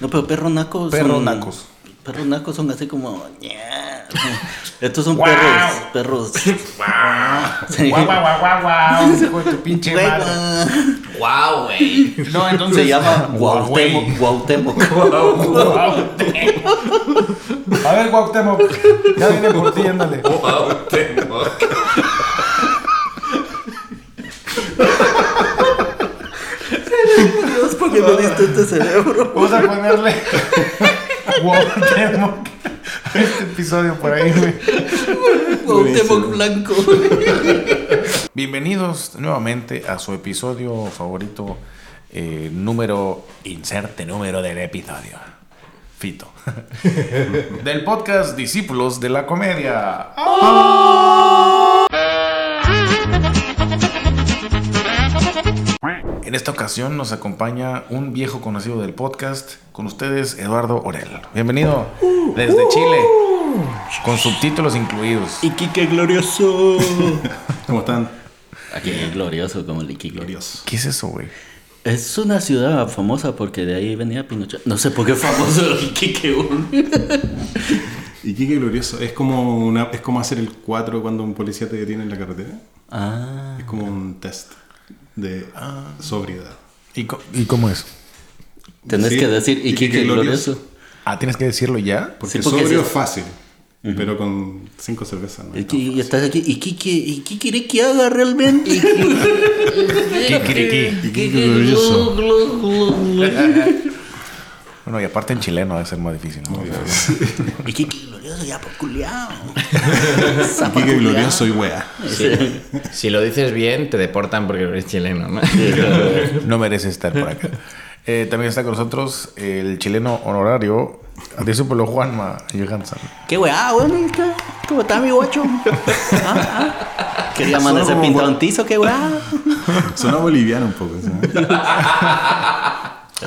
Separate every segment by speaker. Speaker 1: No, pero perros nacos.
Speaker 2: Perros nacos.
Speaker 1: Perros nacos son así como. Estos son perros. Perros. Sí.
Speaker 2: Guau, guau, guau, guau, guau. Hijo de tu pinche
Speaker 1: Güey,
Speaker 2: madre.
Speaker 3: ¡Guau, güey!
Speaker 2: No, entonces. ah,
Speaker 1: Se llama
Speaker 2: Guau, güey.
Speaker 1: Guautemoc. Guautemoc.
Speaker 2: A ver, Cuauhtémoc. Ya viene por ti, ándale.
Speaker 3: ¡Guau, tengo!
Speaker 1: Dios, ¿por qué no diste este cerebro?
Speaker 2: Vamos a ponerle Cuauhtémoc a este episodio por ahí, güey.
Speaker 1: Guautemoc blanco.
Speaker 2: Bienvenidos nuevamente a su episodio favorito, eh, número, inserte número del episodio. Fito. del podcast Discípulos de la Comedia. En esta ocasión nos acompaña un viejo conocido del podcast, con ustedes Eduardo Orel. Bienvenido desde Chile, con subtítulos incluidos.
Speaker 1: Iquique glorioso.
Speaker 4: ¿Cómo están?
Speaker 1: Aquí glorioso como el Iquique.
Speaker 4: Glorioso.
Speaker 2: ¿Qué es eso, güey?
Speaker 1: Es una ciudad famosa porque de ahí venía Pinochet. No sé por qué famoso el Iquique. güey.
Speaker 4: Iquique glorioso. Es como una, es como hacer el 4 cuando un policía te detiene en la carretera.
Speaker 1: Ah.
Speaker 4: Es como un test de sobriedad.
Speaker 2: ¿Y, co- y cómo es?
Speaker 1: Tenés
Speaker 4: Sí,
Speaker 1: que decir Iquique glorioso.
Speaker 2: Ah, tienes que decirlo ya.
Speaker 4: Porque,
Speaker 1: Sí, porque
Speaker 4: sobrio
Speaker 1: sí.
Speaker 4: es fácil, pero con cinco cervezas no. es
Speaker 1: Iqui-
Speaker 4: tan
Speaker 1: Y estás aquí. ¿Y qué, qué- y qué quiere que haga realmente?
Speaker 2: Kikiriki.
Speaker 1: Iquique glorioso.
Speaker 2: Bueno, y aparte en chileno debe ser más difícil. ¿no?
Speaker 4: fácil.
Speaker 1: Iquique glorioso ya por culiao.
Speaker 4: Iquique glorioso y wea.
Speaker 3: Sí. Si lo dices bien, te deportan porque eres chileno, ¿no?
Speaker 2: No merece estar por acá. Eh, también está con nosotros el chileno honorario de su pueblo Juanma Johansson.
Speaker 1: ¿Qué weá, weón? ¿Qué- ¿Cómo está mi guacho? ¿Ah, ah? ¿Quería
Speaker 4: Solo
Speaker 1: amanecer
Speaker 4: como
Speaker 1: pintado
Speaker 4: por-
Speaker 1: en tizo? ¿Qué weá?
Speaker 4: Sonó boliviano un poco. ¿sí?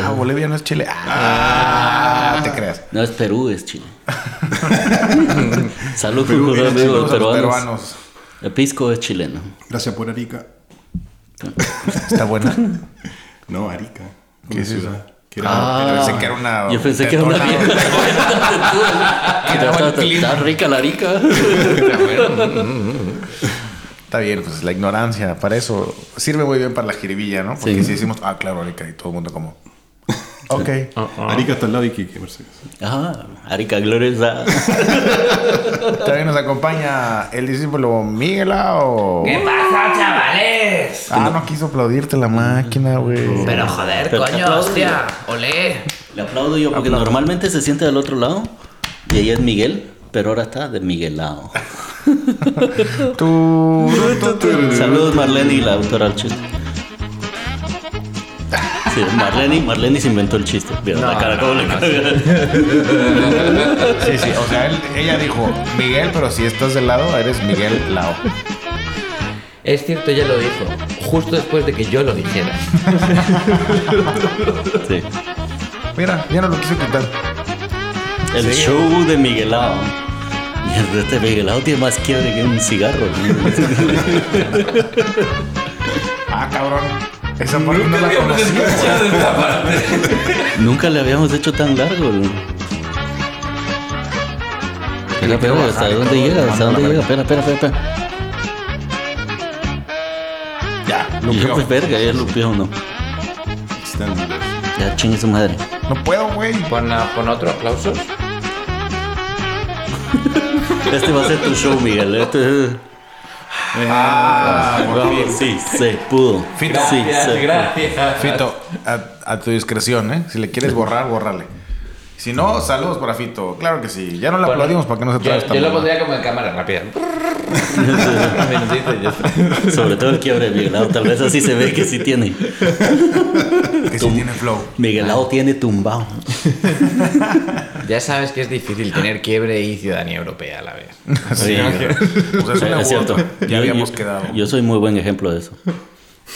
Speaker 2: Ah, Bolivia no es Chile. Ah, te creas.
Speaker 1: No, es Perú, es Chile. Salud,
Speaker 2: Perú,
Speaker 1: por
Speaker 2: mira,
Speaker 1: amigos
Speaker 2: saludos a
Speaker 1: peruanos.
Speaker 2: los peruanos.
Speaker 1: El pisco es chileno.
Speaker 4: Gracias por Arica.
Speaker 2: Está buena.
Speaker 4: No, Arica. Una
Speaker 2: ¿Qué es eso?
Speaker 4: ciudad que era-
Speaker 2: Yo pensé que era una.
Speaker 1: Ah. Yo pensé que era una vieja. Está-
Speaker 2: detonada.
Speaker 1: está- está- Está rica la rica.
Speaker 2: Está bien, pues la ignorancia. Para eso sirve muy bien para la jiribilla, ¿no? Porque
Speaker 1: Sí.
Speaker 2: si decimos, ah, claro, Arica, y todo el mundo como. Ok.
Speaker 4: Arica está al lado de Iquique, por si acaso.
Speaker 1: Ah, arica gloriosa.
Speaker 2: También nos acompaña el discípulo Miguelao.
Speaker 5: ¿Qué pasa, chavales?
Speaker 2: Ah, no quiso aplaudirte la máquina, güey.
Speaker 5: Pero joder,
Speaker 1: Pero
Speaker 5: coño,
Speaker 1: catorce.
Speaker 5: hostia, olé.
Speaker 1: Le aplaudo yo porque normalmente se siente del otro lado y ella es Miguel, pero ahora está de Miguelao.
Speaker 2: Tú.
Speaker 1: Saludos Marlene y la autora del chiste. Sí, Marlene, Marlene se inventó el chiste. Mira la cara cómo le caga.
Speaker 2: Sí, sí. O sea, él- ella dijo, Miguel, pero si estás de lado, eres Miguel Lao.
Speaker 5: Es cierto, ya lo dijo. Justo después de que yo lo dijera.
Speaker 1: Sí.
Speaker 2: Mira, ya no lo quiso quitar.
Speaker 1: El show de Miguelao. Mierda, este Miguelao tiene más quiebre que un cigarro.
Speaker 2: Ah, cabrón. Esa parte no la conocía. güey.
Speaker 1: Nunca le habíamos hecho tan largo. güey. Espera, espera, ¿hasta
Speaker 2: bajarle
Speaker 1: dónde
Speaker 2: todo,
Speaker 1: llega? ¿Hasta
Speaker 2: manda
Speaker 1: dónde
Speaker 2: la
Speaker 1: llega? Espera, espera, espera, espera.
Speaker 2: Ya,
Speaker 1: Y yo,
Speaker 2: lupeó.
Speaker 1: pues, verga, ya lupeó no.
Speaker 4: Están los-
Speaker 1: Ya chingue su madre.
Speaker 2: No puedo, güey.
Speaker 5: Pon, a- pon otro aplausos.
Speaker 1: Este va a ser tu show, Miguel. Este es-
Speaker 2: Ah, por
Speaker 1: Vamos,
Speaker 2: fin.
Speaker 1: sí, se pudo.
Speaker 2: Fito.
Speaker 1: sí, se
Speaker 5: gracias.
Speaker 2: Fito, a, a tu discreción, ¿eh? Si le quieres borrar, borrale. Si no, saludos para Fito. Claro que sí. Ya no le aplaudimos para que no se trabe
Speaker 5: Yo,
Speaker 2: esta
Speaker 5: yo lo
Speaker 2: mamá.
Speaker 5: pondría como en cámara rápida. Un minutito y ya está.
Speaker 1: pudo. Sobre todo el quiebre de Miguelao. Tal vez así se ve que sí tiene.
Speaker 2: Que sí tiene flow.
Speaker 1: Miguelao tiene tumbao.
Speaker 5: Ya sabes que es difícil tener quiebre y ciudadanía europea a la vez.
Speaker 2: Sí,
Speaker 1: Sí,
Speaker 2: pues es, una
Speaker 1: es
Speaker 2: u
Speaker 1: cierto.
Speaker 2: otra. Ya
Speaker 1: Yo-
Speaker 2: habíamos
Speaker 1: yo-
Speaker 2: quedado.
Speaker 1: Yo soy muy buen ejemplo de eso.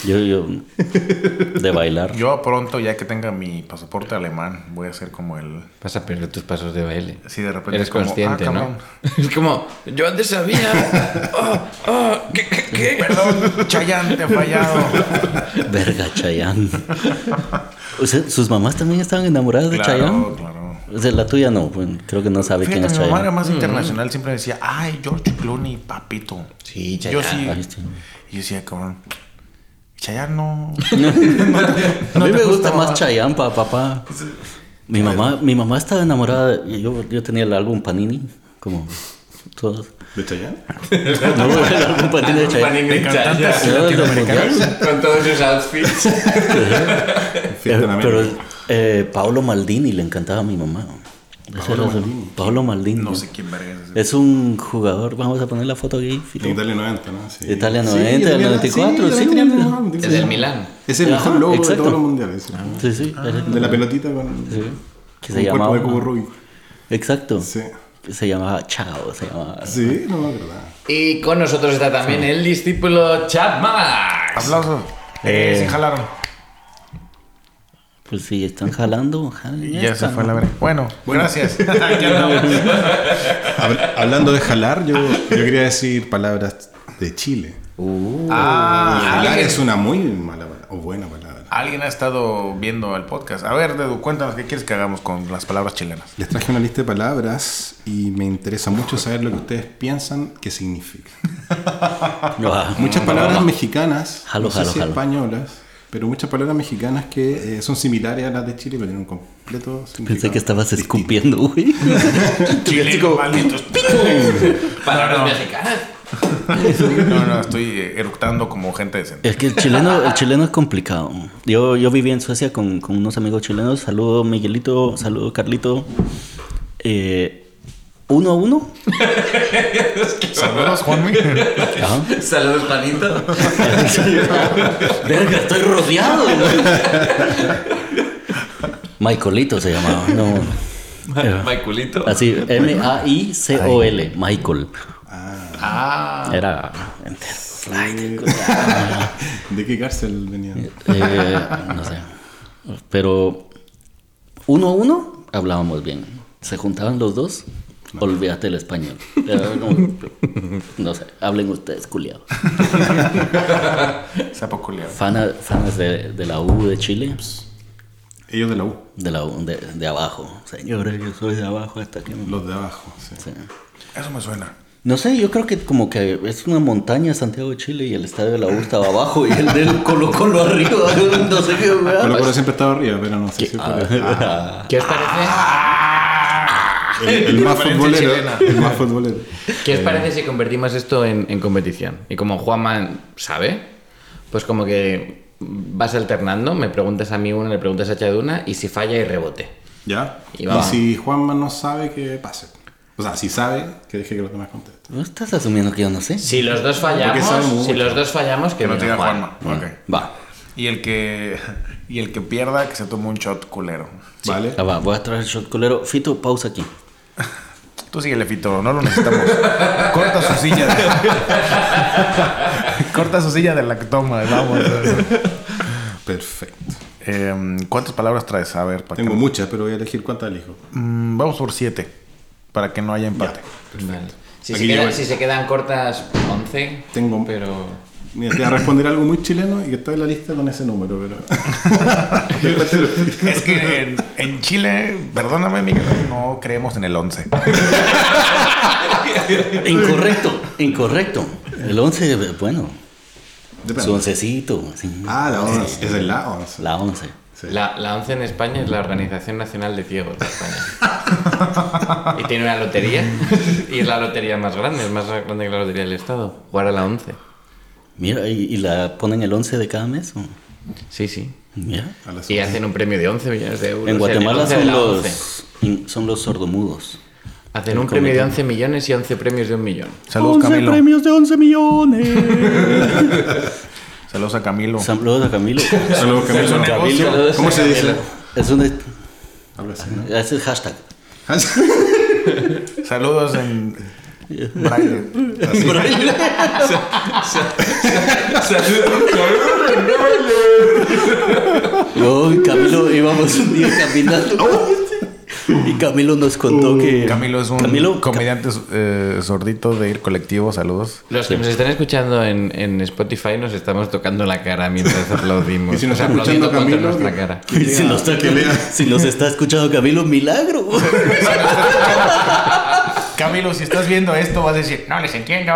Speaker 1: Yo, yo. De bailar.
Speaker 2: Yo pronto, ya que tenga mi pasaporte alemán, voy a ser como el.
Speaker 5: Vas a perder tus pasos de baile.
Speaker 2: Sí, de repente
Speaker 5: Eres
Speaker 2: es como,
Speaker 5: consciente,
Speaker 2: ah,
Speaker 5: ¿no?
Speaker 2: cabrón.
Speaker 5: Es como, yo antes sabía. Oh, oh, ¿qué, qué, qué?
Speaker 2: Perdón, Chayanne, te he fallado.
Speaker 1: Verga, Chayanne. O sea, ¿Sus mamás también estaban enamoradas de Chayanne?
Speaker 2: claro.
Speaker 1: O sea, la tuya no, bueno, creo que no sabe
Speaker 2: Fíjate,
Speaker 1: quién es
Speaker 2: mi mamá era
Speaker 1: Chayanne.
Speaker 2: más internacional, siempre me decía, ay, George Clooney, papito.
Speaker 5: Sí,
Speaker 2: Yo sí.
Speaker 1: Ahí está.
Speaker 2: Y yo decía, cabrón, Chayanne no.
Speaker 1: a mí
Speaker 2: te
Speaker 1: me gusta
Speaker 2: gustaba.
Speaker 1: más Chayanne, pa- papá. Mi mamá, mi mamá estaba enamorada. de- Yo, yo tenía el álbum Panini, como todos.
Speaker 4: ¿De Chayanne?
Speaker 1: No, el álbum Panini de Chayanne.
Speaker 2: De cantantes
Speaker 1: No, del
Speaker 2: latinoamericanos.
Speaker 1: mundial.
Speaker 5: Con todos sus outfits.
Speaker 4: Fiesta en América.
Speaker 1: Pero eh, Paolo Maldini le encantaba a mi mamá. Paolo Maldini. Paolo Maldini.
Speaker 2: No sé quién verga es ese.
Speaker 1: Es un jugador, vamos a poner la foto aquí.
Speaker 4: De Italia 90, ¿no? Sí.
Speaker 1: Italia
Speaker 4: Sí,
Speaker 1: 90,
Speaker 4: yo también-
Speaker 1: 94,
Speaker 4: yo
Speaker 1: sí, güey.
Speaker 4: también tenía ah, el álbum,
Speaker 5: El
Speaker 4: tenía-
Speaker 5: del Milán.
Speaker 4: Es el
Speaker 1: Ajá,
Speaker 4: mejor logo de
Speaker 1: exacto.
Speaker 4: todos los mundiales. sí.
Speaker 1: Sí, sí. era-
Speaker 4: De la pelotita con
Speaker 1: sí, que
Speaker 4: con
Speaker 1: se
Speaker 4: un cuerpo
Speaker 1: llamaba.
Speaker 4: de cubo Rubik.
Speaker 1: Exacto.
Speaker 4: Sí.
Speaker 1: Se llamaba Chao, se llamaba.
Speaker 4: Sí, no, es verdad.
Speaker 5: Y con nosotros está también el discípulo Chapman.
Speaker 2: Aplausos. Eh, sí, jalaron.
Speaker 1: Pues sí, están jalando. jalen
Speaker 2: Y ya
Speaker 1: esta,
Speaker 2: se fue
Speaker 1: ¿no?
Speaker 2: la verga. Bueno, gracias. Aquí andamos.
Speaker 4: Habl- hablando de jalar, yo, yo quería decir palabras de Chile.
Speaker 2: Ah,
Speaker 4: jalar
Speaker 2: alguien,
Speaker 4: es una muy mala palabra, o buena palabra.
Speaker 2: alguien ha estado viendo el podcast. A ver, Dedu, cuéntanos qué quieres que hagamos con las palabras chilenas.
Speaker 4: Les traje una lista de palabras y me interesa mucho saber lo que ustedes piensan que significa.
Speaker 1: Ah,
Speaker 4: Muchas palabras mexicanas,
Speaker 1: Jalo,
Speaker 4: no sé
Speaker 1: jalo,
Speaker 4: si
Speaker 1: jalo.
Speaker 4: españolas, pero muchas palabras mexicanas que eh, son similares a las de Chile, pero tienen un completo significado.
Speaker 1: Pensé que estabas
Speaker 4: distinto.
Speaker 1: escupiendo, güey.
Speaker 2: Chileno, malditos.
Speaker 5: Palabras
Speaker 2: No, no.
Speaker 5: mexicanas.
Speaker 2: No, no, estoy eh, eructando como gente decente.
Speaker 1: Es que el chileno, el chileno es complicado. Yo, yo viví en Suecia con, con unos amigos chilenos. Saludo Miguelito, saludo Carlito. Eh, uno a uno.
Speaker 2: Saludos, Juanmi.
Speaker 1: Ajá.
Speaker 5: Saludos, Juanito.
Speaker 1: Verga, estoy rodeado. Michaelito se llamaba. No.
Speaker 5: Maiculito.
Speaker 1: Así, M-A-I-C-O-L. Michael.
Speaker 5: Ah.
Speaker 1: Era.
Speaker 4: ¿De qué cárcel venía?
Speaker 1: Eh, no sé. Pero uno a uno hablábamos bien. Se juntaban los dos, olvídate el español. Era como- no sé, hablen ustedes, culiados.
Speaker 2: Sapo culiao.
Speaker 1: Fana- fanas de, de la U de Chile,
Speaker 4: Ellos de la U,
Speaker 1: de la U de, de abajo. Señores, yo soy de abajo hasta que... me-
Speaker 4: los de abajo. sí.
Speaker 1: Sí.
Speaker 2: Eso me suena.
Speaker 1: No sé, yo creo que como que es una montaña Santiago de Chile y el estadio de la U estaba abajo y el del Colo Colo arriba. No sé qué, weá.
Speaker 4: Colo Colo siempre ha estado arriba, pero no sé si
Speaker 1: Ah.
Speaker 4: fue-
Speaker 5: ¿Qué os parece?
Speaker 4: el, el más
Speaker 2: Diferencia
Speaker 4: futbolero.
Speaker 2: chilena.
Speaker 4: El más futbolero.
Speaker 5: ¿Qué os parece si convertimos esto en, en competición? Y como Juanman sabe, pues como que vas alternando, me preguntas a mí una, le preguntas a Chaduna y si falla y rebote.
Speaker 4: ¿Ya?
Speaker 5: Y
Speaker 4: Y,
Speaker 5: va.
Speaker 4: si Juanma no sabe, que pase. O sea, si sabe, que deje que los demás contesten.
Speaker 1: ¿No estás asumiendo que yo no sé?
Speaker 5: Si los dos
Speaker 4: sabe
Speaker 5: fallamos,
Speaker 4: mucho.
Speaker 5: si los dos fallamos, que,
Speaker 2: Que no te
Speaker 5: venga
Speaker 2: diga
Speaker 5: Juan.
Speaker 2: Juanma. Ok.
Speaker 1: Va.
Speaker 2: Y el que y el que pierda que se tome un shot culero.
Speaker 4: ¿Vale?
Speaker 1: Ah, va, voy a traer el shot culero. Fito, pausa aquí.
Speaker 2: Tú síguele, Fito, no lo necesitamos. Corta su silla. de- Corta su silla de la que toma, vamos.
Speaker 4: Perfecto.
Speaker 2: Em, ¿Cuántas palabras traes? A ver, para
Speaker 4: Tengo
Speaker 2: que-
Speaker 4: muchas, pero voy a elegir cuántas elijo.
Speaker 2: Mm, vamos por siete, para que no haya empate.
Speaker 5: Vale. Si, se
Speaker 4: Aquí
Speaker 5: quedan,
Speaker 4: llevo-
Speaker 5: si se quedan cortas, 11.
Speaker 4: Tengo-
Speaker 5: Pero.
Speaker 4: Mira, te voy a responder algo muy chileno y que está en la lista con ese número, pero. Después te lo explico.
Speaker 2: Es que en, en Chile, perdóname, Miguel, no creemos en el once.
Speaker 1: Incorrecto, incorrecto. El 11, bueno,
Speaker 4: Depende.
Speaker 1: su oncecito. así.
Speaker 4: Ah, la 11. Es el la 11.
Speaker 1: La 11.
Speaker 4: Sí.
Speaker 5: La, la 11 en España es la Organización Nacional de Ciegos de España. y tiene una lotería. Y es la lotería más grande, es más grande que la lotería del Estado. Jugar a la 11.
Speaker 1: Mira, y, y la ponen el 11 de cada mes. ¿o?
Speaker 5: Sí, sí.
Speaker 1: Mira.
Speaker 4: A las
Speaker 5: Y
Speaker 4: 11.
Speaker 5: hacen un premio de 11 millones de euros.
Speaker 1: En Guatemala
Speaker 5: O sea, el
Speaker 1: son
Speaker 5: 11 de la 11.
Speaker 1: los, in- son los sordomudos.
Speaker 5: Hacen un premio de 11 millones y 11 premios de un millón.
Speaker 2: Saludos, Camilo.
Speaker 1: premios de 11 millones.
Speaker 2: Saludos a Camilo.
Speaker 1: Saludos a Camilo.
Speaker 4: Saludos, Camilo.
Speaker 2: negocio.
Speaker 1: Saludos
Speaker 4: ¿Cómo
Speaker 1: a
Speaker 4: se dice?
Speaker 1: Camilo. Es un...
Speaker 4: Habla así, ¿no?
Speaker 1: Ese es hashtag.
Speaker 2: Saludos en Braille.
Speaker 1: Yo y Camilo íbamos un día caminando. Y Camilo nos contó que.
Speaker 4: Oh.
Speaker 2: Camilo es un
Speaker 1: Camilo,
Speaker 2: comediante eh, sordito de ir colectivo. Saludos.
Speaker 5: Los que nos están escuchando en, en Spotify nos estamos tocando la cara mientras aplaudimos.
Speaker 4: Y si nos
Speaker 5: O sea,
Speaker 4: está escuchando
Speaker 5: aplaudiendo contra
Speaker 4: Camilo,
Speaker 5: nuestra cara.
Speaker 4: que-
Speaker 1: Ca- si, nos está,
Speaker 4: Que lea.
Speaker 1: si nos está escuchando Camilo, milagro.
Speaker 2: Camilo, si estás viendo esto, vas a decir, no les entiendo.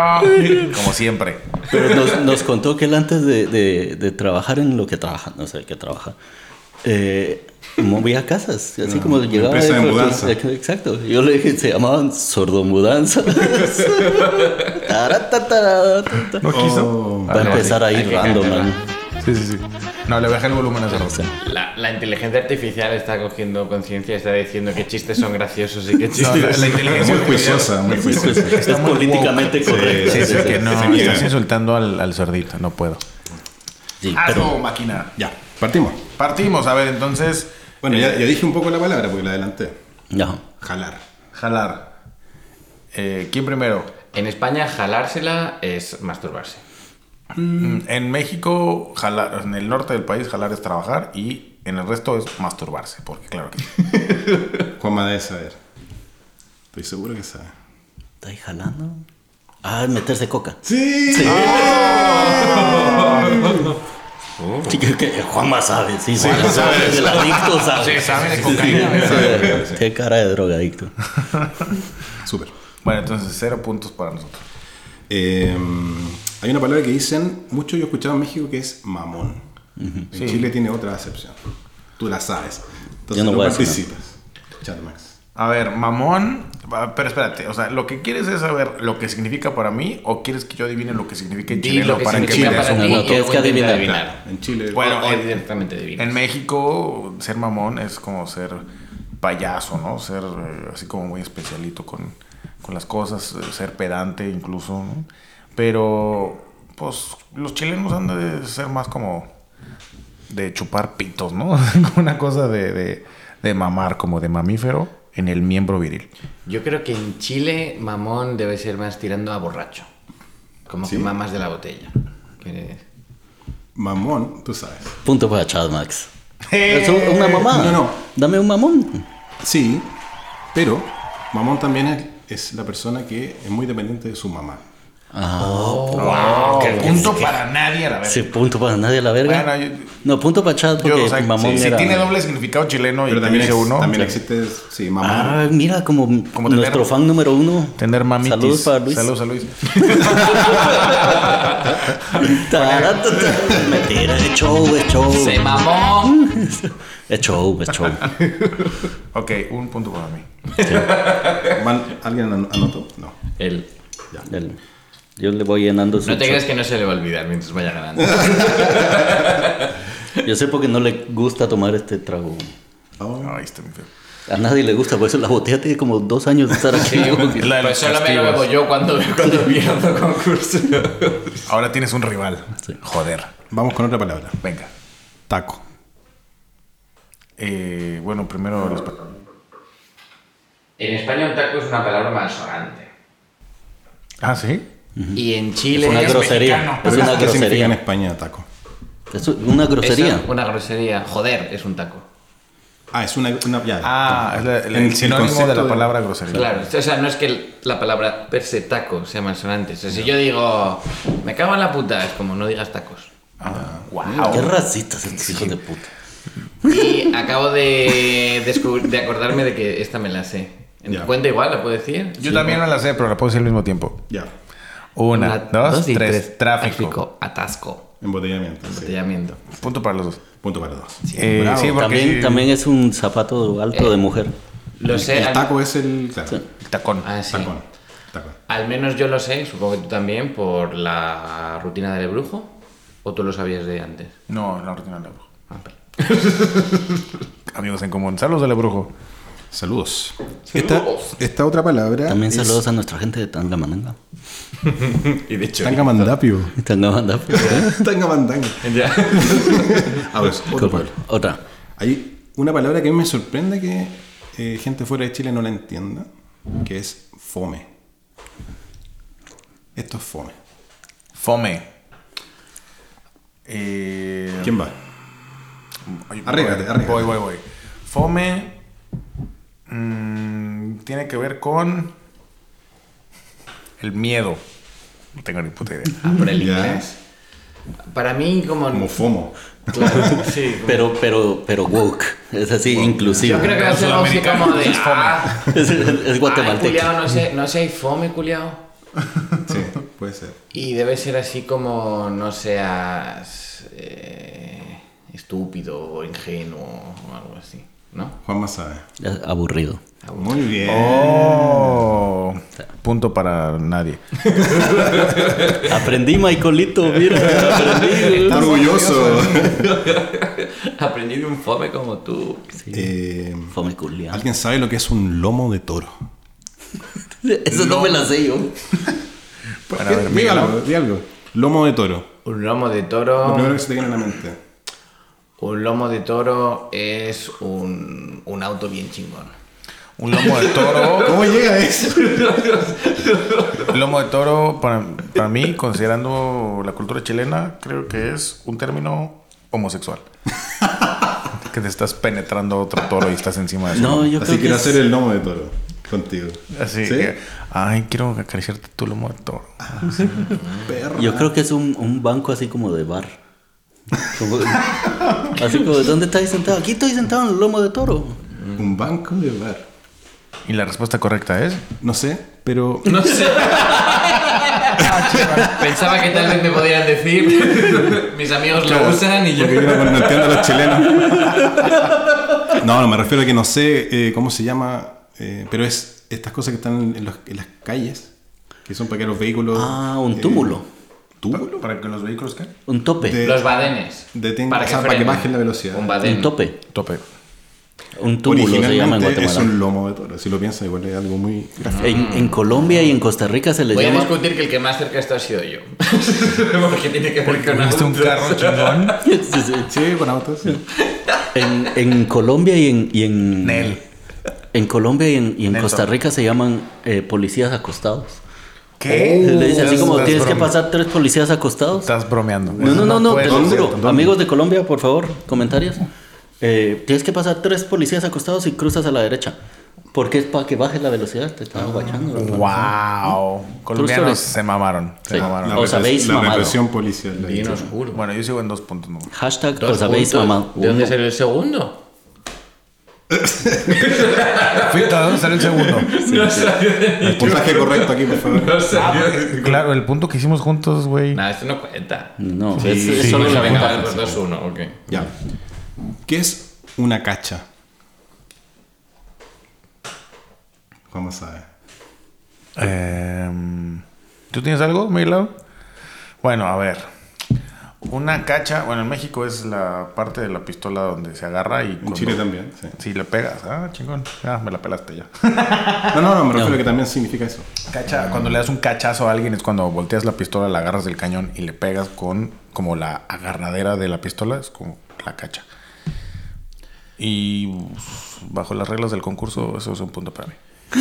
Speaker 2: Como siempre.
Speaker 1: Pero nos, nos contó que él antes de, de- de trabajar en lo que trabaja, no sé qué trabaja, eh, movía casas, así como llegaba.
Speaker 4: Ah, empresa de
Speaker 1: él, porque-
Speaker 4: mudanza.
Speaker 1: Exacto. Yo le dije, se llamaban sordomudanzas. Taratataratata.
Speaker 2: Ah, ¿No
Speaker 4: quiso?
Speaker 1: Va a empezar a
Speaker 5: hay
Speaker 1: ir
Speaker 5: que
Speaker 1: random,
Speaker 5: cantarla.
Speaker 1: man.
Speaker 2: Oh. Sí, sí, sí. No, le bajé el volumen a esa
Speaker 5: La, la inteligencia artificial está cogiendo conciencia y está diciendo qué chistes son graciosos y qué
Speaker 2: No,
Speaker 5: chistes.
Speaker 2: la, la inteligencia
Speaker 4: Muy juiciosa, muy
Speaker 1: Es,
Speaker 4: juiciosa.
Speaker 1: es
Speaker 2: pues, muy
Speaker 1: políticamente
Speaker 2: woke.
Speaker 1: correcto.
Speaker 2: Sí, sí,
Speaker 1: sí,
Speaker 2: que
Speaker 1: sí.
Speaker 2: no,
Speaker 4: sí, sí.
Speaker 2: estás insultando al, al sordito, no puedo.
Speaker 1: Sí,
Speaker 2: Hazlo,
Speaker 1: pero
Speaker 2: máquina.
Speaker 4: Ya, partimos.
Speaker 2: Partimos, a ver, entonces,
Speaker 4: Bueno, ya, ya dije un poco la palabra porque la adelanté.
Speaker 1: no.
Speaker 4: Jalar.
Speaker 2: jalar. Eh, ¿Quién primero?
Speaker 5: En España, jalársela es masturbarse.
Speaker 2: Mm, En México, jalar, en el norte del país, jalar es trabajar y en el resto es masturbarse, porque claro que
Speaker 4: Juanma debe saber. Estoy seguro que sabe.
Speaker 1: ¿Está ahí jalando? Ah, meterse coca.
Speaker 4: ¡Sí!
Speaker 1: Sí, que, que Juanma sabe, sí, Juanma
Speaker 4: sabe.
Speaker 1: sabe, el adicto sabe.
Speaker 2: se sabe de cocaína.
Speaker 4: Sí,
Speaker 2: ¿verdad?
Speaker 4: sabe, sí.
Speaker 1: Qué cara de drogadicto.
Speaker 4: Súper.
Speaker 2: Bueno, entonces cero puntos para nosotros.
Speaker 4: Eh, hay una palabra que dicen mucho, yo he escuchado en México, que es mamón. En Chile tiene otra acepción. Tú la sabes. Entonces
Speaker 1: Yo no
Speaker 4: no,
Speaker 1: voy a decir
Speaker 4: participas. Chat Max.
Speaker 2: A ver, mamón, va, pero espérate, o sea, lo que quieres es saber lo que significa para mí o quieres que yo adivine lo que significa en
Speaker 5: Di
Speaker 2: chileno
Speaker 5: lo que
Speaker 2: para que
Speaker 5: significa
Speaker 2: me des
Speaker 5: para
Speaker 2: un
Speaker 5: ti.
Speaker 1: No,
Speaker 2: punto?
Speaker 1: no, tienes que
Speaker 5: Intenta
Speaker 1: adivinar.
Speaker 4: Claro, en Chile.
Speaker 2: Bueno,
Speaker 5: O
Speaker 2: en-
Speaker 5: directamente adivinas.
Speaker 2: En México, ser mamón es como ser payaso, ¿no? Ser eh, así como muy especialito con, con las cosas, eh, ser pedante incluso, ¿no? Pero, pues, los chilenos han de ser más como de chupar pitos, ¿no? Como Una cosa de, de- de mamar, como de mamífero en el miembro viril.
Speaker 5: Yo creo que en Chile, mamón debe ser más tirando a borracho. Como
Speaker 4: ¿Sí?
Speaker 5: que mamas de la botella. Que-
Speaker 4: mamón, tú sabes.
Speaker 1: Punto para Chad Max.
Speaker 2: Eh,
Speaker 1: Es un- una mamada.
Speaker 4: No, no.
Speaker 1: Dame un mamón.
Speaker 4: Sí, pero mamón también es, es la persona que es muy dependiente de su mamá.
Speaker 2: ¡Wow! punto para nadie, a la verdad.
Speaker 1: Oh, Sí, punto para nadie a la verga.
Speaker 2: Eh. Bueno, yo-
Speaker 1: no, punto para Chad porque
Speaker 2: Yo, o sea,
Speaker 1: mamón
Speaker 2: si, si
Speaker 1: era...
Speaker 2: tiene doble significado chileno y
Speaker 4: Pero
Speaker 2: también dice
Speaker 4: también, ex-
Speaker 2: uno, sí.
Speaker 4: también existe, sí, mamón.
Speaker 1: Ah, mira, como,
Speaker 2: Como tener-
Speaker 1: nuestro fan número uno.
Speaker 2: tener
Speaker 1: Saludos
Speaker 2: mamitis.
Speaker 1: para Luis.
Speaker 2: Saludos a Luis.
Speaker 1: Taratata. Mentira, es show, es show.
Speaker 5: ¡Se mamó!
Speaker 1: Es show, es show.
Speaker 2: Ok, un punto para mí.
Speaker 4: Van- ¿Alguien an- anotó? No.
Speaker 5: El-
Speaker 1: El- yo le voy llenando su
Speaker 5: No te
Speaker 1: chat.
Speaker 5: creas que no se le va a olvidar mientras vaya ganando.
Speaker 1: Yo sé porque no le gusta tomar este trago.
Speaker 4: Oh.
Speaker 2: Ahí está mi feo.
Speaker 1: A nadie le gusta, por eso la botella tiene como dos años de estar aquí.
Speaker 2: la de
Speaker 5: pues
Speaker 2: los
Speaker 5: solo me lo
Speaker 2: castigos.
Speaker 5: bebo yo cuando, cuando pierdo concurso.
Speaker 2: Ahora tienes un rival. Joder.
Speaker 4: Vamos con otra palabra.
Speaker 2: Venga.
Speaker 4: Taco.
Speaker 2: Eh, bueno, primero los pa-
Speaker 5: En España un taco es una palabra malsonante.
Speaker 2: Ah, sí.
Speaker 5: Y en Chile...
Speaker 1: Es una
Speaker 5: es
Speaker 1: grosería.
Speaker 2: mexicano.
Speaker 1: Es una
Speaker 4: ¿Qué significa en
Speaker 1: grosería.
Speaker 4: España taco?
Speaker 1: Es una grosería.
Speaker 5: Una grosería. Joder, es un taco.
Speaker 4: Ah, es una... una ya.
Speaker 2: Ah, es la- el,
Speaker 4: En el
Speaker 2: sinónimo de
Speaker 4: concepto
Speaker 2: la
Speaker 4: de-
Speaker 2: palabra grosería.
Speaker 5: Claro, o sea, no es que el- la palabra per se taco sea malsonante. O sea, si yo digo, me cago en la puta, es como no digas tacos. Ah,
Speaker 2: Wow.
Speaker 1: Qué racistas estos hijos de puta.
Speaker 5: Y acabo de, descubrir- de acordarme de que esta me la sé. ¿En
Speaker 4: Ya.
Speaker 5: cuenta igual, la puedo decir?
Speaker 2: Yo también no la sé, pero la puedo decir al mismo tiempo.
Speaker 4: Ya.
Speaker 2: Una, dos,
Speaker 5: y
Speaker 2: tres. Tráfico.
Speaker 5: Atasco.
Speaker 4: Embotellamiento. sí.
Speaker 5: Embotellamiento.
Speaker 2: Punto para los dos.
Speaker 4: Punto para dos.
Speaker 2: Eh,
Speaker 4: Bravo.
Speaker 2: sí, porque
Speaker 1: También,
Speaker 2: sí,
Speaker 1: también es un zapato alto de mujer.
Speaker 5: Lo sé.
Speaker 4: El
Speaker 5: al-
Speaker 4: taco es el... Claro.
Speaker 2: el tacón.
Speaker 5: Ah, sí.
Speaker 4: Tacón. Tacón.
Speaker 5: Al menos yo lo sé, supongo que tú también, por la rutina del brujo. ¿O tú lo sabías de antes?
Speaker 2: No, la rutina del brujo.
Speaker 5: Ah, vale.
Speaker 2: Amigos en común. Saludos del brujo.
Speaker 4: Saludos. Esta, esta otra palabra
Speaker 1: También
Speaker 4: es
Speaker 1: saludos a nuestra gente de Tangamananga.
Speaker 5: Y de hecho...
Speaker 4: Tangamandapio.
Speaker 1: Tangamandapio.
Speaker 4: Tangamandanga. Ahora es Ah, pues, otro pueblo.
Speaker 1: Otra.
Speaker 4: Hay una palabra que a mí me sorprende que eh, gente fuera de Chile no la entienda, que es fome. Esto es fome.
Speaker 2: Fome. Eh,
Speaker 4: ¿Quién va?
Speaker 2: Ay,
Speaker 4: Arrígate,
Speaker 2: voy,
Speaker 4: arrígate.
Speaker 2: Voy, voy, voy. Fome mm, tiene que ver con el miedo. No tengo ni puta idea.
Speaker 5: Ah, por el
Speaker 4: Ya.
Speaker 5: inglés. Para mí, como.
Speaker 4: Como fomo.
Speaker 5: Claro, sí. como-
Speaker 1: Pero, pero, pero woke. Es así, inclusivo.
Speaker 5: Yo creo que va a ser algo así como de.
Speaker 2: Es fome.
Speaker 5: Ah,
Speaker 1: Es, es
Speaker 5: ay,
Speaker 1: guatemalteco.
Speaker 5: culiao, no sé, no sé, fome, culiao.
Speaker 4: Sí, puede ser.
Speaker 5: Y debe ser así como no seas eh, estúpido o ingenuo o algo así, ¿no?
Speaker 4: Juanma sabe.
Speaker 1: Es Aburrido.
Speaker 5: Ah,
Speaker 4: Muy bien.
Speaker 2: Oh, punto para nadie.
Speaker 1: Aprendí, Michaelito, mira, aprendí.
Speaker 4: Está orgulloso.
Speaker 5: Aprendí de un fome como tú.
Speaker 4: Eh,
Speaker 1: Fome culiao.
Speaker 4: ¿Alguien sabe lo que es un lomo de toro?
Speaker 1: Eso no me la sé yo.
Speaker 2: Bueno, a ver,
Speaker 4: Di
Speaker 2: Miguel.
Speaker 4: algo, di algo. Lomo de toro.
Speaker 5: Un lomo de
Speaker 4: Lo primero
Speaker 5: toro.
Speaker 4: que se te viene a la mente.
Speaker 5: Un lomo de toro es un, un auto bien chingón.
Speaker 2: Un lomo de toro.
Speaker 4: ¿Cómo llega a eso?
Speaker 2: Lomo de toro, para, para mí, considerando la cultura chilena, creo que es un término homosexual. que te estás penetrando a otro toro y estás encima de su
Speaker 1: No, yo
Speaker 4: Así
Speaker 1: creo que
Speaker 4: quiero
Speaker 1: es-
Speaker 4: hacer el lomo de toro contigo.
Speaker 2: Así
Speaker 4: ¿Sí?
Speaker 2: que, ay, quiero acariciarte tu lomo de toro.
Speaker 4: Perra.
Speaker 1: Yo creo que es un, un banco así como de bar. Como- así como, ¿dónde estáis sentado? Aquí estoy sentado en el lomo de toro.
Speaker 4: Un banco de bar.
Speaker 2: Y la respuesta correcta es.
Speaker 4: No sé, pero
Speaker 5: No sé. Pensaba que tal vez me podían decir. Mis amigos lo usan y yo.
Speaker 4: Porque yo no, no entiendo a los chilenos. No, no, me refiero a que no sé eh, cómo se llama, eh, pero es estas cosas que están en, los- en las calles, que son para que los vehículos... eh,
Speaker 1: Ah, un túmulo.
Speaker 4: ¿Túmulo?
Speaker 2: ¿Para que los vehículos qué?
Speaker 1: Un tope.
Speaker 4: De-
Speaker 5: Los badenes.
Speaker 4: Detenga- o sea, para
Speaker 5: frenen.
Speaker 4: que bajen la velocidad.
Speaker 5: Un
Speaker 1: Un
Speaker 5: badén.
Speaker 1: tope.
Speaker 2: Tope.
Speaker 1: Un túmulo se llama en
Speaker 4: Originalmente es
Speaker 1: Guatemala.
Speaker 4: un lomo de toro, si lo piensas igual es algo muy...
Speaker 1: En, en Colombia y en Costa Rica se le
Speaker 5: Voy a
Speaker 1: llama.
Speaker 5: discutir que el que más cerca ha estado ha sido yo. Porque tiene que ver con
Speaker 2: ¿Viste un
Speaker 5: autos.
Speaker 2: carro chingón?
Speaker 1: Sí, sí.
Speaker 4: Sí, con autos. sí.
Speaker 1: En, en Colombia y en. y en
Speaker 2: Nel.
Speaker 1: En Colombia y en, y en
Speaker 2: Nelson.
Speaker 1: Costa Rica se llaman eh, policías acostados.
Speaker 4: Uh,
Speaker 2: ¿Qué?
Speaker 1: Oh, le dice así como
Speaker 2: Estás
Speaker 1: tienes que
Speaker 2: bromeando.
Speaker 1: pasar tres policías acostados.
Speaker 2: Estás bromeando.
Speaker 1: No, no, no, no,
Speaker 4: pues,
Speaker 2: puede
Speaker 1: te
Speaker 2: ser
Speaker 1: lo juro.
Speaker 2: cierto.
Speaker 1: Amigos de Colombia, por favor, comentarios. Eh, tienes que pasar tres policías acostados y cruzas a la derecha. Porque es para que bajes la velocidad, te están guachando.
Speaker 2: Wow.
Speaker 1: story.
Speaker 2: Colombianos se mamaron. Se
Speaker 1: Sí.
Speaker 2: mamaron.
Speaker 1: Os habéis
Speaker 4: la
Speaker 1: mamado.
Speaker 4: represión policial. la
Speaker 5: Bien
Speaker 4: dicho.
Speaker 5: oscuro.
Speaker 2: Bueno, yo sigo en 2.9.
Speaker 1: Hashtag,
Speaker 5: Dos
Speaker 1: os habéis
Speaker 5: puntos.
Speaker 1: mamado.
Speaker 5: ¿De dónde salió el segundo?
Speaker 2: Fita, ¿dónde sale el segundo?
Speaker 5: no salió
Speaker 4: El puntaje correcto aquí, por favor.
Speaker 2: Claro, el punto que hicimos juntos, güey.
Speaker 5: Nada, esto no cuenta.
Speaker 1: No, es, es
Speaker 5: Sí,
Speaker 1: solo
Speaker 5: bueno,
Speaker 1: la
Speaker 5: venga,
Speaker 1: ventaja.
Speaker 5: pues dos uno, ok.
Speaker 4: Ya. ¿Qué es una cacha? ¿Cómo sabe?
Speaker 2: Em, ¿Tú tienes algo, Miguelado? Bueno, a ver. Una cacha, bueno, en México es la parte de la pistola donde se agarra y.
Speaker 4: En
Speaker 2: cuando-
Speaker 4: Chile también, sí.
Speaker 2: Si le pegas, ah, chingón. Ah, me la pelaste ya.
Speaker 4: No, no, no, me refiero a que también significa eso.
Speaker 2: Cacha, cuando le das un cachazo a alguien es cuando volteas la pistola, la agarras del cañón y le pegas con como la agarradera de la pistola, es como la cacha. Y pues, bajo las reglas del concurso, eso es un punto para mí.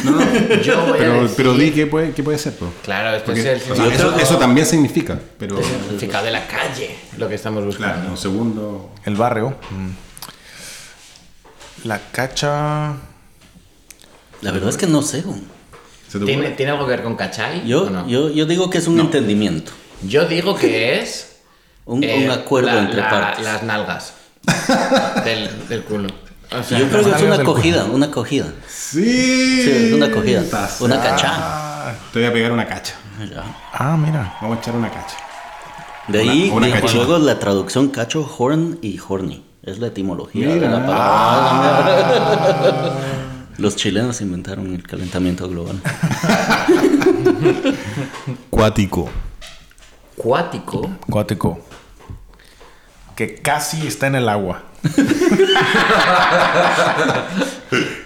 Speaker 4: No, no,
Speaker 5: Yo voy a
Speaker 4: pero,
Speaker 5: decir-
Speaker 4: pero di qué puede, qué puede ser, po.
Speaker 5: Claro, esto
Speaker 4: Porque,
Speaker 5: es el
Speaker 4: o sea, eso,
Speaker 5: significado-
Speaker 4: eso también significa, pero...
Speaker 5: el significado de la calle, lo que estamos buscando.
Speaker 4: Claro, un segundo...
Speaker 2: El barrio. Mm. La cacha.
Speaker 1: La verdad es que no sé. güey.
Speaker 4: ¿Se te
Speaker 5: ¿Tiene,
Speaker 4: ocurre?
Speaker 5: ¿Tiene algo que ver con cachai?
Speaker 1: Yo,
Speaker 5: o no?
Speaker 1: yo, yo digo que es un entendimiento.
Speaker 5: Yo digo que es.
Speaker 1: Un,
Speaker 5: eh,
Speaker 1: un acuerdo
Speaker 5: la-
Speaker 1: entre
Speaker 5: la-
Speaker 1: partes.
Speaker 5: Las nalgas del, del culo. O sea,
Speaker 1: Yo creo que es
Speaker 2: nalgas
Speaker 1: una
Speaker 2: del culo.
Speaker 1: acogida, una acogida.
Speaker 4: Sí,
Speaker 1: Sí, es una acogida.
Speaker 4: Estás-
Speaker 1: Una cachá.
Speaker 4: Te voy a pegar una cacha.
Speaker 1: Ya.
Speaker 2: Ah, mira.
Speaker 4: Vamos a echar una cacha.
Speaker 1: De ahí,
Speaker 4: una
Speaker 1: de-
Speaker 4: cachá.
Speaker 1: luego la traducción cacho, horn y horny. Es la etimología de la
Speaker 4: Mira.
Speaker 1: palabra. Los chilenos inventaron el calentamiento global.
Speaker 4: Cuático.
Speaker 5: Cuático.
Speaker 2: Cuático. Que casi está en el agua.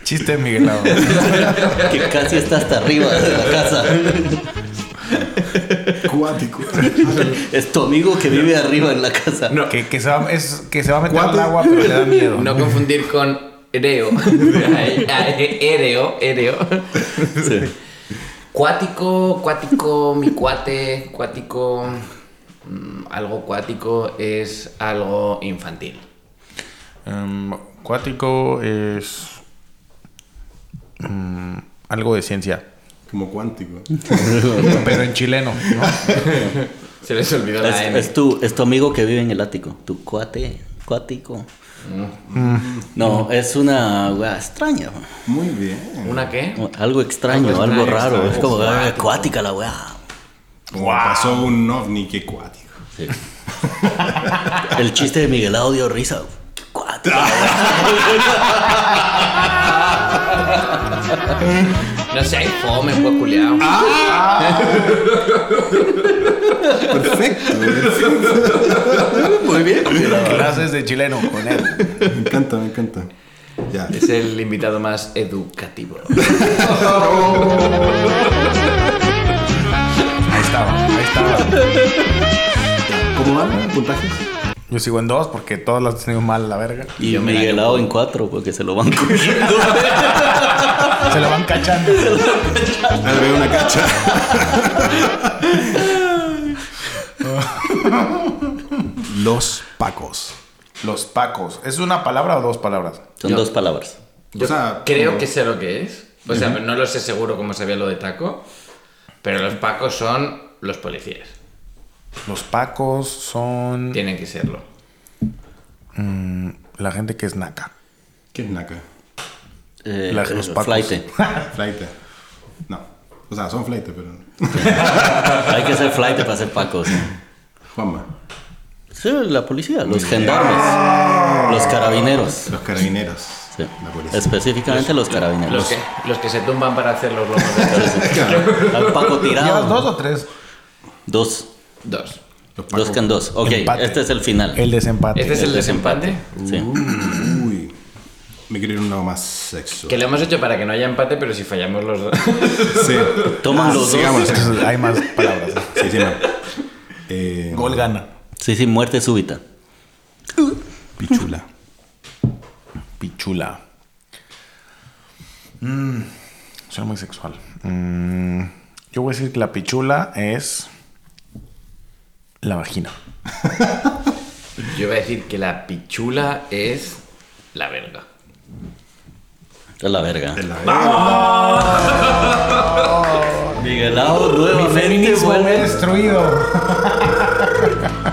Speaker 2: Chiste, Miguelado.
Speaker 1: que casi está hasta arriba de la casa.
Speaker 4: Cuático.
Speaker 1: Es tu amigo que vive arriba en la casa.
Speaker 2: Que, que se va, es, que se va a meter al
Speaker 4: Cuate.
Speaker 2: agua, pero le da miedo.
Speaker 5: No confundir con ereo. Ereo, ereo.
Speaker 1: Sí.
Speaker 5: Cuático, cuático, mi cuate, cuático. mm, Algo cuático es algo infantil.
Speaker 2: Em, cuático es mm, algo de ciencia,
Speaker 4: Como cuántico.
Speaker 2: pero en chileno. ¿no?
Speaker 5: Se les olvidó
Speaker 1: Es,
Speaker 5: la M.
Speaker 1: es tu, es tu amigo que vive en el ático, tu cuate, cuático. No, es una weá extraña. weá.
Speaker 4: Muy bien.
Speaker 5: ¿Una qué?
Speaker 1: Algo extraño, algo,
Speaker 5: Algo extraño,
Speaker 1: raro.
Speaker 5: extraño.
Speaker 1: Es como weá,
Speaker 5: Acuático.
Speaker 1: acuática la weá.
Speaker 4: Como Pasó un ovni que cuático.
Speaker 1: El chiste de Miguel Audio risa. Qué Cuática.
Speaker 5: No sé, fome, pues culiao.
Speaker 4: Ah. Perfecto.
Speaker 1: Muy bien.
Speaker 2: Clases de chileno con él.
Speaker 4: me encanta, me encanta. Ya.
Speaker 5: Es el invitado más educativo.
Speaker 2: Ahí estaba, ahí estaba.
Speaker 4: ¿Cómo van? ¿Puntajes?
Speaker 2: Yo sigo en dos porque todas las he tenido mal la verga.
Speaker 1: Y Miguel Audio en cuatro porque se lo van cogiendo.
Speaker 2: Se la van cachando.
Speaker 4: Ah, veo una cacha. Los pacos.
Speaker 2: Los pacos. ¿Es una palabra o dos palabras?
Speaker 1: Son dos palabras.
Speaker 5: Yo
Speaker 4: O sea,
Speaker 5: creo
Speaker 4: como-
Speaker 5: que sé lo que es. O sea, no lo sé seguro cómo sabía lo de taco. Pero los pacos son los policías.
Speaker 2: Los pacos son
Speaker 5: Tienen que serlo.
Speaker 2: la gente que es naca.
Speaker 4: ¿Qué es naca?
Speaker 1: Eh,
Speaker 2: Las- los pacos.
Speaker 1: flaite.
Speaker 4: Flaite. No. O sea, son flaite, pero.
Speaker 1: Hay que ser flight para ser pacos.
Speaker 4: Juanma.
Speaker 1: Sí, la policía, los gendarmes, los carabineros.
Speaker 4: Los carabineros.
Speaker 1: Sí.
Speaker 4: La policía.
Speaker 1: Específicamente los
Speaker 5: Los
Speaker 1: carabineros.
Speaker 5: que, los que se tumban para hacer los lomos de toros.
Speaker 4: Claro.
Speaker 1: Al Paco
Speaker 2: ¿Llevas dos
Speaker 1: tirado.
Speaker 2: o tres?
Speaker 1: Dos.
Speaker 5: Dos.
Speaker 4: Los pacos.
Speaker 1: Dos can dos. Ok,
Speaker 2: Empate.
Speaker 1: este es el final.
Speaker 2: El desempate.
Speaker 5: Este es el desempate.
Speaker 1: Sí.
Speaker 4: Uy. Me quiero ir a uno más sexo.
Speaker 5: Que lo hemos hecho para que no haya empate, pero si fallamos los dos.
Speaker 4: Sí.
Speaker 1: Toman los
Speaker 4: Sigamos.
Speaker 1: dos.
Speaker 2: Entonces, hay más palabras.
Speaker 4: Sí, sí, no. Eh,
Speaker 2: Gol gana.
Speaker 1: Sí, sí, muerte súbita.
Speaker 4: Pichula.
Speaker 2: Pichula. Mm, soy muy sexual. Mm, yo voy a decir que la pichula es la vagina.
Speaker 5: Yo iba a decir que la pichula es la verga.
Speaker 1: Es la verga.
Speaker 4: Es la
Speaker 1: Miguelao nuevamente vuelve.
Speaker 2: destruido.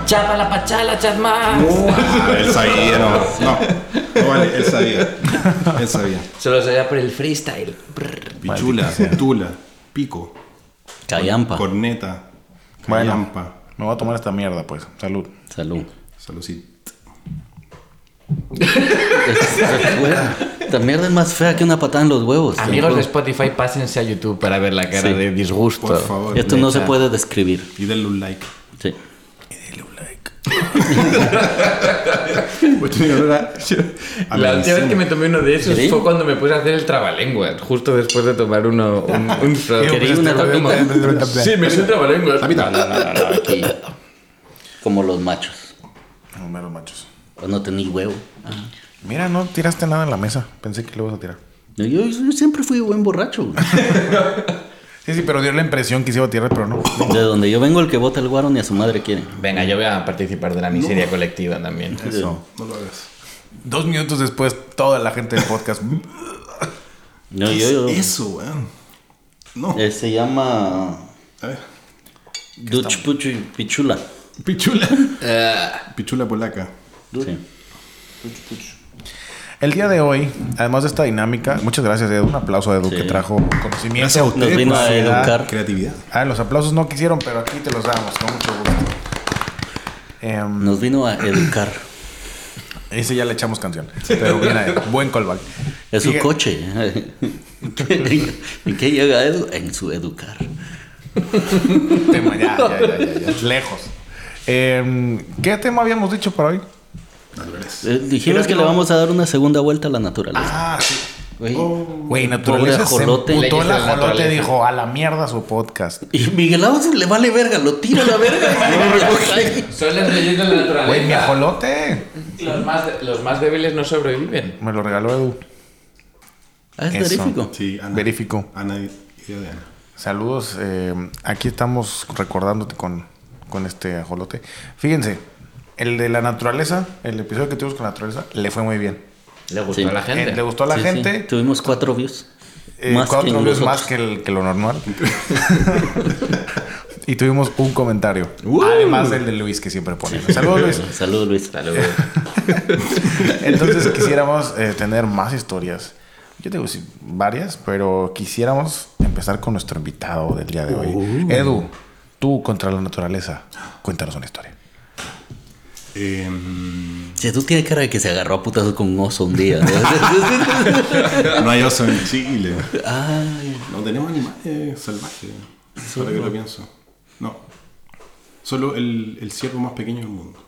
Speaker 5: Chapa la pachala, chasma.
Speaker 4: Ah, él sabía, no. No, no vale, él sabía. Él sabía.
Speaker 5: Solo sabía por el freestyle. Brr.
Speaker 4: Pichula, tula, pico,
Speaker 1: Cayampa.
Speaker 4: corneta,
Speaker 2: Bueno.
Speaker 4: callampa.
Speaker 2: Me voy a tomar esta mierda, pues. Salud.
Speaker 1: Salud.
Speaker 4: Salucit.
Speaker 1: Esta mierda es más fea que una patada en los huevos.
Speaker 5: Amigos de Spotify, pásense a YouTube para ver la cara
Speaker 1: Sí.
Speaker 5: de disgusto.
Speaker 4: Por favor.
Speaker 1: Esto no se
Speaker 5: Neta.
Speaker 1: puede describir.
Speaker 4: Y denle un like.
Speaker 1: Sí.
Speaker 4: Pues tiene olor a- a
Speaker 5: La última vez
Speaker 4: benceno.
Speaker 5: que me tomé uno de esos
Speaker 1: ¿Sí?
Speaker 5: fue cuando me puse a hacer el trabalenguas, justo después de tomar uno, un, un shot.
Speaker 1: Quería una tapita.
Speaker 5: Sí, me hice un trabalenguas.
Speaker 4: Tapita.
Speaker 1: Aquí. Como los machos.
Speaker 2: No, meros machos.
Speaker 1: Pues no tenía huevo. Ah.
Speaker 2: Mira, no tiraste nada en la mesa. Pensé que lo ibas a tirar.
Speaker 1: Yo, yo siempre fui buen borracho. güey.
Speaker 2: Sí, sí, pero dio la impresión que se iba a tirar, pero no.
Speaker 1: De donde yo vengo, el que vota el guaro ni a su madre quiere.
Speaker 5: Venga, yo voy a participar de la miseria colectiva también.
Speaker 4: Eso, no lo hagas.
Speaker 2: Dos minutos después, toda la gente del podcast.
Speaker 1: No,
Speaker 4: ¿Qué
Speaker 1: yo, yo-
Speaker 4: es eso, weón? No.
Speaker 1: Eh, se llama
Speaker 4: A ver.
Speaker 1: Duch Puchu- Pichula.
Speaker 4: Pichula.
Speaker 1: Eh.
Speaker 4: Pichula polaca.
Speaker 1: Sí.
Speaker 2: El día de hoy, además de esta dinámica, muchas gracias, Edu. Un aplauso a Edu
Speaker 1: Sí.
Speaker 2: que trajo conocimiento.
Speaker 4: Gracias a ustedes
Speaker 1: Nos vino
Speaker 4: por
Speaker 1: a
Speaker 4: su
Speaker 1: educar.
Speaker 4: creatividad.
Speaker 2: Ah, los aplausos no quisieron, pero aquí te los damos, con mucho gusto. Em,
Speaker 1: Nos vino a educar.
Speaker 2: ese ya le echamos canción. Pero bien ahí, buen callback.
Speaker 1: Es su
Speaker 2: Sigue.
Speaker 1: coche. ¿En qué llega Edu? En su educar.
Speaker 2: Tema, ya, ya, ya, ya, ya. Lejos. Em, ¿Qué tema habíamos dicho para hoy?
Speaker 4: Naturaleza.
Speaker 1: Eh, Dijimos que le vamos a dar una segunda vuelta a la naturaleza.
Speaker 2: Ah, sí.
Speaker 1: Güey.
Speaker 2: Güey, naturaleza
Speaker 1: Pobre
Speaker 2: se
Speaker 1: ajolote.
Speaker 2: emputó
Speaker 5: Leyes
Speaker 2: el
Speaker 5: de la
Speaker 2: ajolote
Speaker 5: naturaleza.
Speaker 2: dijo, a la mierda su podcast.
Speaker 1: Y Miguel Ángel le vale verga, lo tira a la verga.
Speaker 5: Son las leyendas de la naturaleza.
Speaker 2: Güey, mi ajolote.
Speaker 5: los, más, los más débiles no sobreviven.
Speaker 2: Me lo regaló Edu.
Speaker 1: Ah, es
Speaker 2: Eso.
Speaker 1: terrífico.
Speaker 4: Sí, Ana.
Speaker 2: Verifico.
Speaker 4: Ana y y Adriana.
Speaker 2: Saludos. eh, aquí estamos recordándote con, con este ajolote. Fíjense, el de la naturaleza, el episodio que tuvimos con la naturaleza, le fue muy bien.
Speaker 5: Le gustó
Speaker 1: Sí.
Speaker 5: a la gente.
Speaker 2: Eh, le gustó a la
Speaker 1: Sí, sí.
Speaker 2: gente.
Speaker 1: Tuvimos cuatro views.
Speaker 2: eh, cuatro
Speaker 1: en
Speaker 2: views
Speaker 1: los
Speaker 2: más
Speaker 1: otros.
Speaker 2: que, el- que lo normal. y tuvimos un comentario.
Speaker 4: ¡Uh!
Speaker 2: Además del de Luis que siempre pone. Saludos, Luis.
Speaker 1: Saludos, Luis. Saludos.
Speaker 2: Entonces quisiéramos eh, tener más historias. Yo tengo sí, varias, pero quisiéramos empezar con nuestro invitado del día de hoy. Edu, tú contra la naturaleza, cuéntanos una historia.
Speaker 4: Em,
Speaker 1: Si tú tienes cara de que se agarró a putazos con un oso un día. ¿no?
Speaker 4: no hay oso en Chile.
Speaker 1: Ay,
Speaker 4: No tenemos animales salvajes. Ahora que lo pienso. No. Solo el, el ciervo más pequeño del mundo.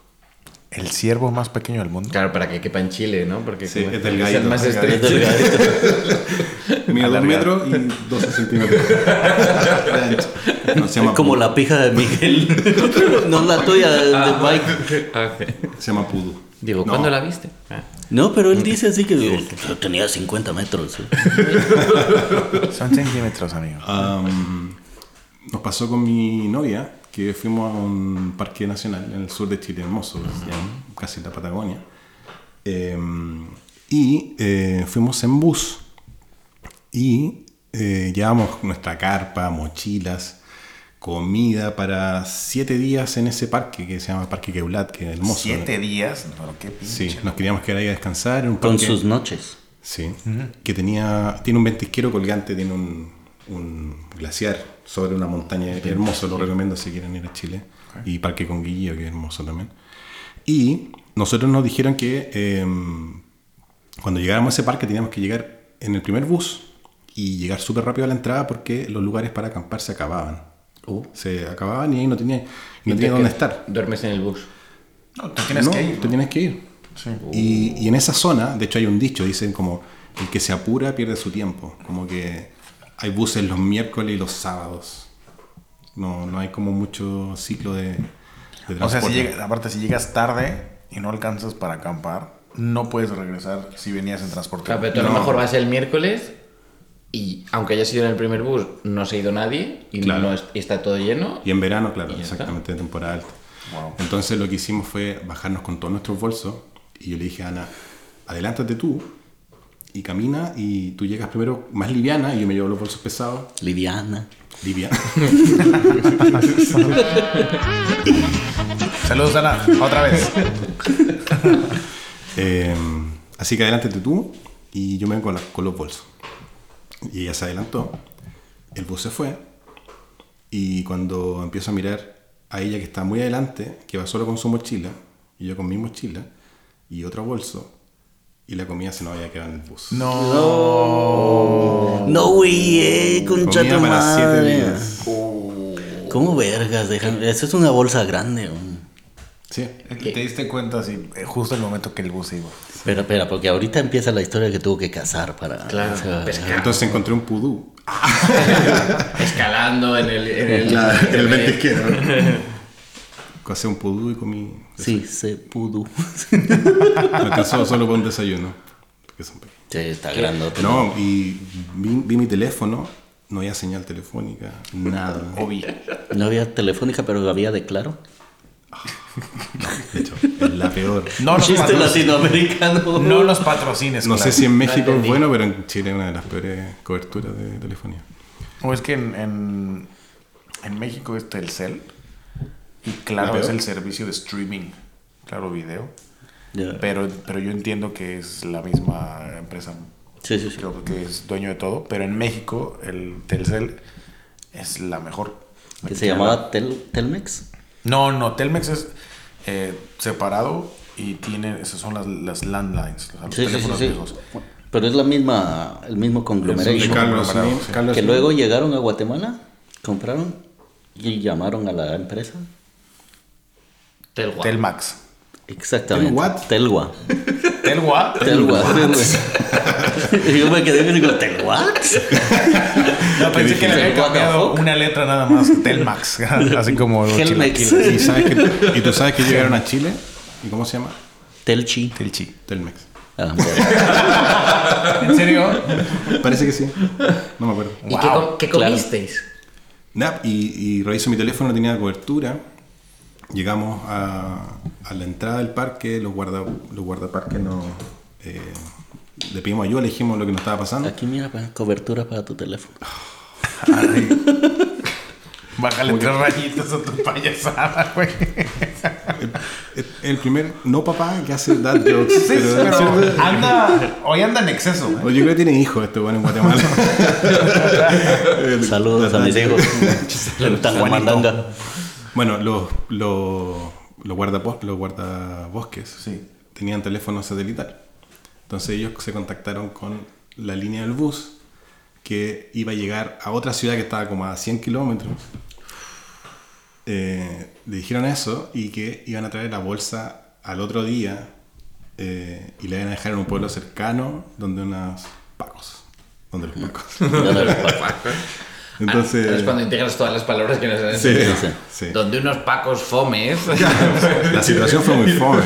Speaker 2: El ciervo más pequeño del mundo.
Speaker 5: Claro, para que quepa en Chile, ¿no? Porque
Speaker 4: Sí,
Speaker 5: como
Speaker 4: es
Speaker 5: que
Speaker 4: delgadito,
Speaker 5: sean más
Speaker 4: delgadito.
Speaker 5: estrechos.
Speaker 4: Mide dos
Speaker 2: Alargado.
Speaker 4: metros y 12 centímetros. De ancho. No, se, llama
Speaker 1: como
Speaker 4: pudu.
Speaker 1: la pija de Miguel. no la tuya de de Mike.
Speaker 4: se llama pudu.
Speaker 5: Ah, Digo,
Speaker 4: No,
Speaker 5: ¿cuándo la viste? Ah.
Speaker 1: No, pero él dice así que yo tenía 50 metros. ¿eh?
Speaker 2: Son centímetros, amigo.
Speaker 4: Um, nos pasó con mi novia que fuimos a un parque nacional en el sur de Chile, hermoso, ya casi en la Patagonia. Em, y eh, fuimos en bus y eh, llevamos nuestra carpa, mochilas, comida para siete días en ese parque que se llama Parque Queulat, que es hermoso. ¿eh?
Speaker 2: Siete días, pero qué pinche.
Speaker 4: Sí, nos queríamos quedar ahí a descansar. en un
Speaker 1: Con
Speaker 4: parque-
Speaker 1: sus noches.
Speaker 4: Sí. Que tenía. Tiene un ventisquero colgante, tiene un, un glaciar sobre una montaña. hermoso, lo recomiendo si quieren ir a Chile. Y Parque Conguillo, que es hermoso también. Y nosotros nos dijeron que eh, cuando llegáramos a ese parque teníamos que llegar en el primer bus y llegar súper rápido a la entrada porque los lugares para acampar se acababan. Se acababan y ahí no tenía, no tenía dónde estar.
Speaker 5: Duermes en el bus.
Speaker 2: No, tú tienes
Speaker 4: No,
Speaker 2: que ir.
Speaker 4: Tú tienes que ir. Y, y en esa zona, de hecho hay un dicho, dicen como, el que se apura pierde su tiempo. Como que hay buses los miércoles y los sábados. No, no hay como mucho ciclo de, de
Speaker 2: O sea,
Speaker 4: transporte.
Speaker 2: si llega- aparte, si llegas tarde y no alcanzas para acampar, no puedes regresar si venías en transporte.
Speaker 5: Claro, pero tú a lo
Speaker 4: No.
Speaker 5: mejor vas el miércoles y aunque hayas ido en el primer bus, no se ha ido nadie y,
Speaker 4: Claro.
Speaker 5: no es- y está todo lleno.
Speaker 4: Y en verano, claro,
Speaker 5: ya está.
Speaker 4: exactamente, de temporada alta.
Speaker 2: Wow.
Speaker 4: Entonces lo que hicimos fue bajarnos con todos nuestros bolsos y yo le dije a Ana, adelántate tú y camina y tú llegas primero más liviana y yo me llevo los bolsos pesados
Speaker 1: Liviana.
Speaker 4: Livia.
Speaker 2: Saludos, Ana, otra vez.
Speaker 4: Eh, así que adelántate tú y yo me vengo con, la- con los bolsos. Y ella se adelantó, el bus se fue y cuando empiezo a mirar a ella que está muy adelante, que va solo con su mochila, y yo con mi mochila y otro bolso, y la comida se nos había quedado en el bus.
Speaker 2: No.
Speaker 1: No, güey, eh, concha
Speaker 4: comida
Speaker 1: tu
Speaker 4: Oh. para siete
Speaker 1: madre.
Speaker 4: días.
Speaker 1: ¿Cómo vergas? Dejan... Eso es una bolsa grande. güey.
Speaker 4: Sí.
Speaker 2: Te diste cuenta así, eh, justo el momento que el bus se iba.
Speaker 1: Espera, espera, porque ahorita empieza la historia que tuvo que cazar para...
Speaker 5: Claro,
Speaker 1: o sea,
Speaker 5: pescar,
Speaker 4: Entonces encontré un pudú.
Speaker 5: escalando en el... En el,
Speaker 4: el ventisquero. Cosé un pudú y comí.
Speaker 1: sí, se pudo.
Speaker 4: Me alcanzó solo para un desayuno. Porque son pequeños.
Speaker 1: sí, está grandote.
Speaker 4: No, y vi, vi mi teléfono, no había señal telefónica, nada.
Speaker 2: Obvio.
Speaker 1: No había telefónica, pero había de claro.
Speaker 4: De hecho, es la peor.
Speaker 2: No nos,
Speaker 1: Chiste
Speaker 2: patro-
Speaker 1: latinoamericano.
Speaker 2: no nos patrocines.
Speaker 4: No sé
Speaker 2: claro.
Speaker 4: si en México es bueno, pero en Chile es una de las peores coberturas de telefonía.
Speaker 2: O es que en, en, en México es Telcel. Y claro,
Speaker 4: Claro.
Speaker 2: es el servicio de streaming. Claro, video.
Speaker 1: Ya.
Speaker 2: Pero, pero yo entiendo que es la misma empresa
Speaker 1: Sí, sí, sí.
Speaker 2: creo que es dueño de todo. Pero en México, el Telcel es la mejor.
Speaker 1: Que se llamaba Tel- Telmex.
Speaker 2: No, no, Telmex es eh, separado y tiene. Esas son las, las landlines, los
Speaker 1: Sí, sí, sí,
Speaker 2: teléfonos
Speaker 1: sí.
Speaker 2: viejos.
Speaker 1: Pero es la misma, el mismo conglomerado.
Speaker 2: Sí,
Speaker 4: De Carlos Slim, Carlos
Speaker 1: que
Speaker 4: Slim.
Speaker 1: luego llegaron a Guatemala, compraron y llamaron a la empresa.
Speaker 5: Telgua.
Speaker 2: Telmax.
Speaker 1: Exactamente.
Speaker 4: ¿Telguat?
Speaker 1: Telgua.
Speaker 2: Telgua.
Speaker 1: Telgua. Y Yo me quedé y digo, ¿Telguat?
Speaker 2: No, pensé que le había
Speaker 1: What the
Speaker 2: cambiado
Speaker 1: fuck?
Speaker 2: una letra nada más. Telmax. Así como los
Speaker 1: Telmex.
Speaker 2: chilaquiles.
Speaker 4: ¿Y, sabes que, y tú sabes que llegaron a Chile, ¿y cómo se llama?
Speaker 1: Telchi.
Speaker 2: Telchi.
Speaker 4: Telmex.
Speaker 1: Ah, bueno.
Speaker 2: ¿En serio?
Speaker 4: Parece que sí, no me acuerdo.
Speaker 5: ¿Y qué,
Speaker 2: Wow,
Speaker 5: com- qué
Speaker 1: claro.
Speaker 5: comisteis?
Speaker 4: Nada, y, y reviso mi teléfono, no tenía cobertura. Llegamos a, a la entrada del parque, los, guarda, los guardaparques nos. eh, le pedimos ayuda, le dijimos lo que nos estaba pasando.
Speaker 1: Aquí mira, pa- cobertura para tu teléfono.
Speaker 2: Bájale tres rayitas a tu payasada, güey.
Speaker 4: El, el primer no papá que hace dad jokes.
Speaker 2: Sí,
Speaker 4: pero-
Speaker 2: pero anda, hoy anda en exceso, ¿eh? güey.
Speaker 4: Oye, yo creo que tiene hijos este bueno en Guatemala. El-
Speaker 1: Saludos a
Speaker 4: la-
Speaker 1: mis hijos. En Tangamandanga.
Speaker 4: Bueno, los, los, los, guardapos- los guardabosques
Speaker 2: Sí.
Speaker 4: tenían teléfono satelital. Entonces ellos se contactaron con la línea del bus que iba a llegar a otra ciudad que estaba como a 100 kilómetros. Eh, le dijeron eso y que iban a traer la bolsa al otro día eh, y la iban a dejar en un pueblo cercano donde unos pacos. Donde los pacos.
Speaker 1: No, no, papá.
Speaker 4: Entonces...
Speaker 5: Ah, es cuando integras todas las palabras que nos han
Speaker 4: Sí,
Speaker 5: entendido.
Speaker 4: sí, sí.
Speaker 5: Donde unos pacos fomes.
Speaker 4: La situación fue muy fome.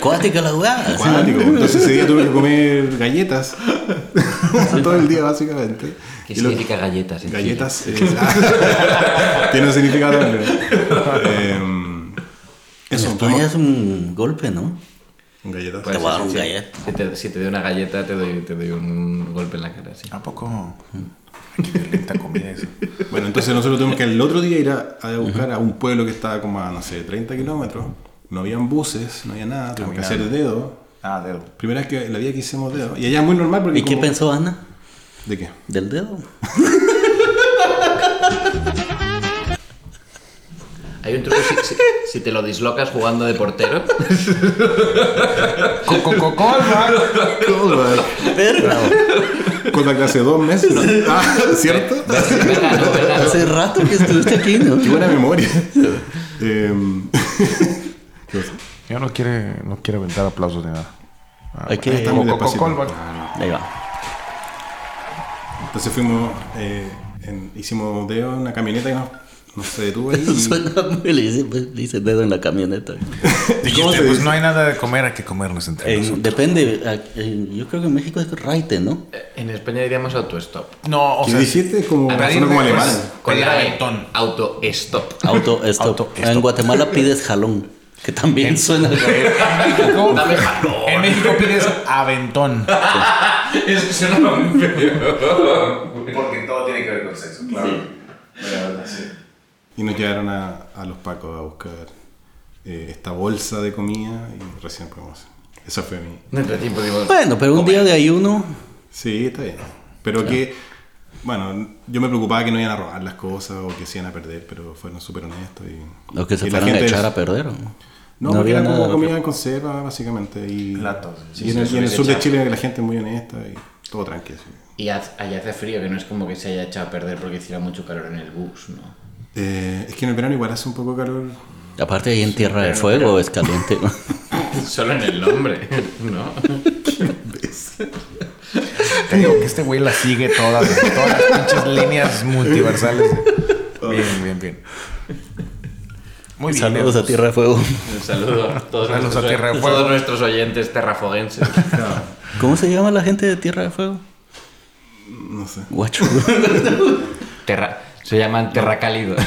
Speaker 1: Cuática la jugada. sí.
Speaker 4: Cuático. Entonces ese día tuve que comer galletas. Todo el día, básicamente.
Speaker 5: ¿Qué
Speaker 4: Y lo-
Speaker 5: significa galletas? en
Speaker 4: Galletas. eh, ah, tiene un significado. pero, em,
Speaker 1: En
Speaker 4: eso,
Speaker 1: España
Speaker 4: tuvimos-
Speaker 1: es un golpe, ¿no?
Speaker 4: galletas.
Speaker 1: Te voy a dar
Speaker 5: Pues sí,
Speaker 1: un
Speaker 5: sí.
Speaker 1: galleta.
Speaker 5: Si te, si te doy una galleta, te doy, te doy un golpe en la cara. Sí.
Speaker 2: ¿A poco? Aquí violenta comida eso.
Speaker 4: Bueno, entonces nosotros tuvimos que el otro día ir a, a buscar a un pueblo que estaba como a, no sé, 30 kilómetros. No habían buses, no había nada. Tuvimos que hacer
Speaker 2: Caminando.
Speaker 4: dedo.
Speaker 2: Ah, dedo.
Speaker 4: Primera vez que en la vida que hicimos dedo. Y allá es muy normal porque.
Speaker 1: ¿Y qué
Speaker 4: como-
Speaker 1: pensó Ana?
Speaker 4: ¿De qué?
Speaker 1: Del dedo.
Speaker 5: Hay un truco, si, si- si te lo dislocas jugando de portero,
Speaker 2: Coca-Cola.
Speaker 1: Pero,
Speaker 4: Con la clase dos meses. Ah, ¿Cierto?
Speaker 5: verano, verano.
Speaker 1: hace rato que estuviste aquí, ¿no?
Speaker 4: Qué buena memoria. Em,
Speaker 2: Yo no quiere, no quiere aventar aplausos ni nada. Ah,
Speaker 1: Hay que...
Speaker 4: está muy despacito. Ah,
Speaker 1: Ahí va.
Speaker 4: Entonces fuimos, eh, en- hicimos dedo en una camioneta que nos, nos detuvo ahí. y-
Speaker 1: Pues Suena muy... Le dice, pues, le dice dedo en la camioneta.
Speaker 4: ¿Cómo se
Speaker 2: Dijiste, pues
Speaker 4: dice?
Speaker 2: no hay nada de comer, hay que comernos entre
Speaker 1: En-
Speaker 2: nosotros.
Speaker 1: depende. a- en- yo creo que en México es raite, ¿no?
Speaker 5: en España diríamos autostop.
Speaker 2: No, o
Speaker 4: ¿Qué
Speaker 2: sea,
Speaker 4: dijiste? Como,
Speaker 5: a
Speaker 4: suena
Speaker 2: pedir
Speaker 4: como
Speaker 2: de-
Speaker 4: alemán.
Speaker 5: Con
Speaker 2: Pedir
Speaker 5: la E,
Speaker 2: aventón.
Speaker 5: auto-stop.
Speaker 1: Auto, stop.
Speaker 2: Auto,
Speaker 1: En Guatemala pides jalón, que también suena.
Speaker 2: En México,
Speaker 5: Dame valor.
Speaker 2: en México pides aventón.
Speaker 5: Es que suena muy feo.
Speaker 2: Porque todo tiene que ver con sexo, claro. sí.
Speaker 4: Y nos llevaron a, a los pacos a buscar eh, esta bolsa de comida y recién pudimos. Esa fue mi.
Speaker 5: No entra tiempo, digo.
Speaker 1: Bueno, pero un día de ayuno.
Speaker 4: Sí, está bien. Pero que, bueno, yo me preocupaba que no iban a robar las cosas o que se iban a perder, pero fueron súper honestos y.
Speaker 1: Lo que
Speaker 4: y
Speaker 1: se
Speaker 4: la
Speaker 1: fueron a
Speaker 4: gente-
Speaker 1: echar a perder. ¿o No,
Speaker 4: No, porque era como
Speaker 1: de
Speaker 4: comida
Speaker 1: que-
Speaker 4: en conserva, básicamente. Y,
Speaker 2: Platos.
Speaker 4: y
Speaker 2: Sí,
Speaker 4: en,
Speaker 5: sí,
Speaker 4: el,
Speaker 5: eso
Speaker 4: y en el
Speaker 5: es
Speaker 4: sur de
Speaker 5: echar.
Speaker 4: Chile la gente es muy honesta y todo tranquilo.
Speaker 5: Y haz- allá hace frío, que no es como que se haya echado a perder porque hiciera mucho calor en el bus, ¿no?
Speaker 4: Eh, es que en el verano igual hace un poco calor.
Speaker 1: Aparte ahí en Tierra del Fuego es caliente. ¿no?
Speaker 5: Solo en el nombre, ¿no?
Speaker 2: Te digo que este güey la sigue todas, todas las pinches líneas multiversales. Bien, bien, bien. Muy bien.
Speaker 1: Saludos
Speaker 2: eh.
Speaker 1: a Tierra del Fuego.
Speaker 5: Un saludo a todos,
Speaker 2: Saludos
Speaker 5: nuestros,
Speaker 2: a Tierra de Fuego.
Speaker 5: todos nuestros oyentes terrafoguenses.
Speaker 1: ¿Cómo se llama la gente de Tierra del Fuego?
Speaker 4: No sé.
Speaker 1: Guacho.
Speaker 5: Terra- se llaman terracálidos.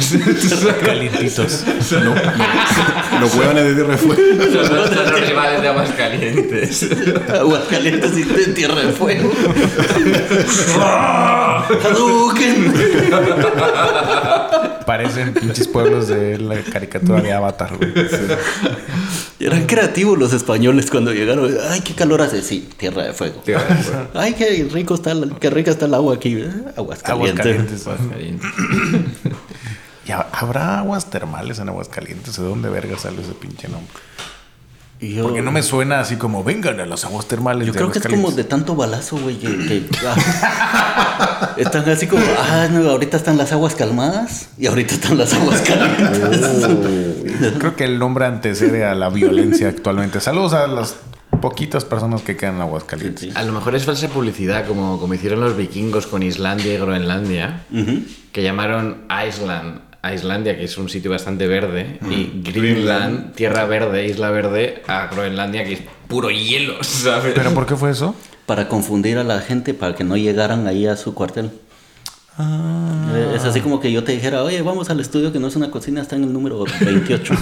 Speaker 2: Calientitos.
Speaker 4: Los hueones de tierra de fuego.
Speaker 5: Son nuestros rivales de aguas calientes.
Speaker 1: Aguascalientes y de Tierra del Fuego. Hadouken.
Speaker 2: Parecen pinches pueblos de la caricatura de Avatar, güey.
Speaker 1: Eran creativos los españoles cuando llegaron. Ay, qué calor hace. Sí, Tierra del Fuego.
Speaker 2: Ah.
Speaker 1: Ay, qué rico está, el- qué rica está el agua aquí. Ah, Aguascalientes.
Speaker 2: Aguascalientes. ¿Y ha- habrá aguas termales en Aguascalientes? ¿De dónde verga sale ese pinche nombre?
Speaker 1: Y yo-
Speaker 2: Porque no me suena así como, vengan a las aguas termales
Speaker 1: Yo
Speaker 2: de
Speaker 1: creo que es como de
Speaker 2: Aguascalientes".
Speaker 1: tanto balazo, güey. que- que- ah, están así como, ah, no, ahorita están las aguas calmadas y ahorita están las aguas
Speaker 2: Oh.
Speaker 1: calientes.
Speaker 2: Creo que el nombre antecede a la violencia actualmente. Saludos a las poquitas personas que quedan en Aguascalientes.
Speaker 1: Sí,
Speaker 5: A lo mejor es falsa publicidad, como, como hicieron los vikingos con Islandia y Groenlandia, que llamaron Island a Islandia, que es un sitio bastante verde, y Greenland, tierra verde, isla verde, a Groenlandia, que es puro hielo, ¿sabes?
Speaker 2: ¿Pero por qué fue eso?
Speaker 1: para confundir a la gente, para que no llegaran ahí a su cuartel.
Speaker 2: Ah.
Speaker 1: Eh, Es así como que yo te dijera, oye, vamos al estudio que no es una cocina, está en el número 28.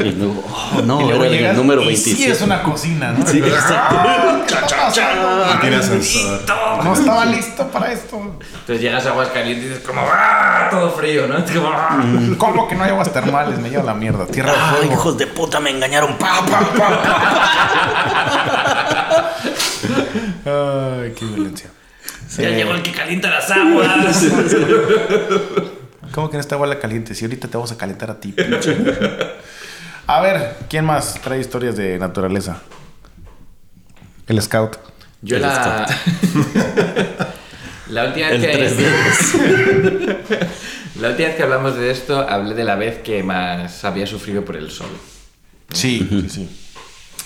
Speaker 1: y luego, "Oh, no,
Speaker 2: Y luego
Speaker 1: era en el
Speaker 2: llegas
Speaker 1: número
Speaker 2: y
Speaker 1: 27.
Speaker 2: Sí, es una cocina, ¿no?
Speaker 1: Sí, exacto.
Speaker 2: ¡Ah, cha, cha, cha!
Speaker 4: Y tiene ascensor.
Speaker 2: No estaba listo para esto.
Speaker 5: Entonces llegas a Aguascalientes y dices como ¡Ah! todo frío, ¿no? Es como,
Speaker 2: Mm.
Speaker 5: "Ah".
Speaker 2: ¿Cómo que no hay aguas termales? Me lleva la mierda. Tierra de
Speaker 1: Ah,
Speaker 2: fuego.
Speaker 1: hijos de puta, me engañaron. Pa, pa, pa, pa.
Speaker 2: Ay, qué violencia.
Speaker 5: Ya llegó el que calienta las aguas.
Speaker 2: ¿Cómo que no está agua la caliente? Si ahorita te vamos a calentar a ti. pinche. A ver, ¿quién más trae historias de naturaleza? El scout.
Speaker 5: Yo
Speaker 1: El
Speaker 5: la... la última vez
Speaker 1: El
Speaker 5: que...
Speaker 1: 3D.
Speaker 5: La última vez que hablamos de esto, hablé de la vez que más había sufrido por el sol.
Speaker 2: Sí, sí, sí.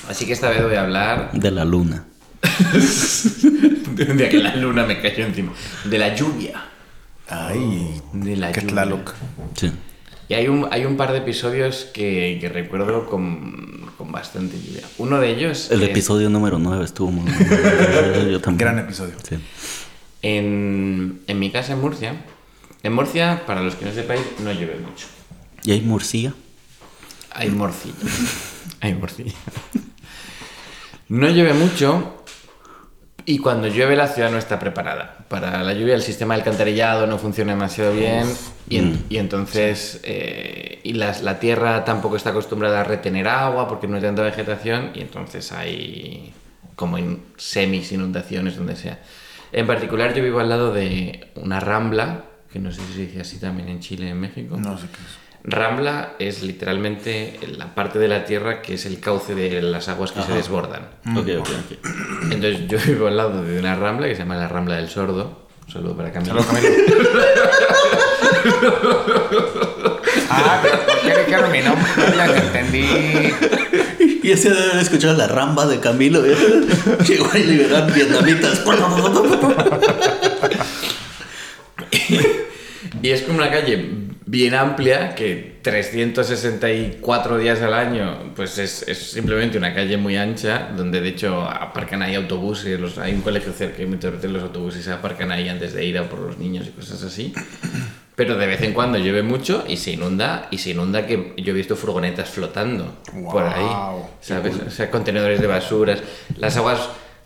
Speaker 5: Así que esta vez voy a hablar
Speaker 1: De la luna.
Speaker 5: de un día que la luna me cayó encima. De la lluvia.
Speaker 2: Ay,
Speaker 5: De la
Speaker 2: qué
Speaker 5: lluvia.
Speaker 2: tlaloc.
Speaker 1: Sí.
Speaker 5: Y hay un, hay un par de episodios que, que recuerdo con, con bastante lluvia. Uno de ellos...
Speaker 1: El
Speaker 5: es
Speaker 1: episodio número 9 estuvo muy bueno. Yo también.
Speaker 2: Gran episodio.
Speaker 1: Sí.
Speaker 5: En, en mi casa en Murcia. En Murcia, para los que no sepáis, no llueve mucho.
Speaker 1: Y hay morcilla.
Speaker 5: Hay morcilla. Hay morcilla. No llueve mucho y cuando llueve la ciudad no está preparada. Para la lluvia el sistema de alcantarillado no funciona demasiado bien y, en- y entonces eh, y las- la tierra tampoco está acostumbrada a retener agua porque no hay tanta vegetación y entonces hay como in- semis inundaciones donde sea. En particular yo vivo al lado de una rambla, que no sé si se dice así también en Chile, en México.
Speaker 2: No sé qué es.
Speaker 5: Rambla es literalmente la parte de la tierra que es el cauce de las aguas que se desbordan.
Speaker 2: Mm.
Speaker 1: Ok, ok, ok.
Speaker 5: Entonces yo vivo al lado de una rambla que se llama la Rambla del Sordo. Solo para cambiar.
Speaker 2: Ah, pero ¿por qué le quiero mi nombre? No la que entendí.
Speaker 1: Y ese debe haber escuchado la ramba de Camilo. ¿eh? Llegó a liberar vietnamitas.
Speaker 5: Y es como una calle bien amplia que 364 días al año, pues es, es simplemente una calle muy ancha donde de hecho aparcan ahí autobuses, los, hay un colegio cerca y muchas veces los autobuses se aparcan ahí antes de ir a por los niños y cosas así. Pero de vez en cuando llueve mucho y se inunda, y se inunda que yo he visto furgonetas flotando por ahí,
Speaker 2: Guau.
Speaker 5: ¿sabes? O sea, contenedores de basuras, las aguas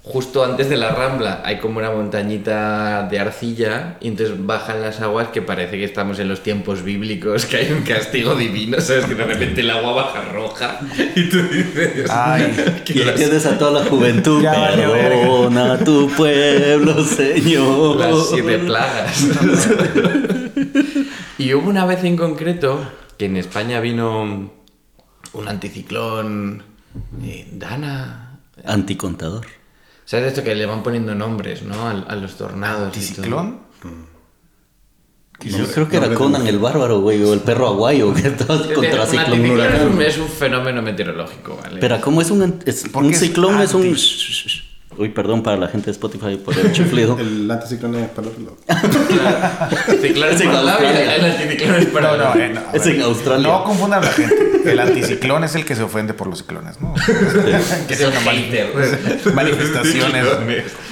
Speaker 5: justo antes de la rambla hay como una montañita de arcilla y entonces bajan las aguas que parece que estamos en los tiempos bíblicos, que hay un castigo divino, ¿sabes? Que de repente el agua baja roja y tú dices...
Speaker 2: Ay,
Speaker 5: "¿Qué
Speaker 1: Y
Speaker 5: horas
Speaker 1: entiendes a toda la juventud.
Speaker 2: Ya valió
Speaker 1: Perdona a tu pueblo, Señor.
Speaker 5: Las siete plagas. y hubo una vez en concreto que en España vino un anticiclón. eh, Dana.
Speaker 1: Anticontador.
Speaker 5: ¿Sabes esto que le van poniendo nombres, no? Al- A, los tornados. y todo.
Speaker 2: ¿Ticiclón?
Speaker 1: Yo creo que era
Speaker 4: nombre
Speaker 1: Conan el bárbaro, güey, o el perro aguayo que estaba
Speaker 5: Es-
Speaker 1: contra
Speaker 5: un
Speaker 1: ciclón.
Speaker 5: anticiclón es
Speaker 1: huracán.
Speaker 5: un- es un fenómeno meteorológico, ¿vale?
Speaker 1: Pero como es un ant- es-
Speaker 2: Porque
Speaker 1: un
Speaker 2: es
Speaker 1: ciclón es un
Speaker 2: anti.
Speaker 1: Uy, perdón para la gente de Spotify por el chiflido.
Speaker 4: El anticiclón es para los
Speaker 5: El ciclón es
Speaker 1: Es en
Speaker 5: para el lado y el
Speaker 1: Australia.
Speaker 5: el anticiclón es para
Speaker 2: No,
Speaker 5: el
Speaker 2: no,
Speaker 5: otro.
Speaker 2: eh, no, a
Speaker 1: Es
Speaker 2: ver,
Speaker 1: en Australia.
Speaker 2: No confundan a la gente. El anticiclón es el que se ofende por los ciclones, ¿no?
Speaker 5: Es el hater.
Speaker 2: Manifestaciones.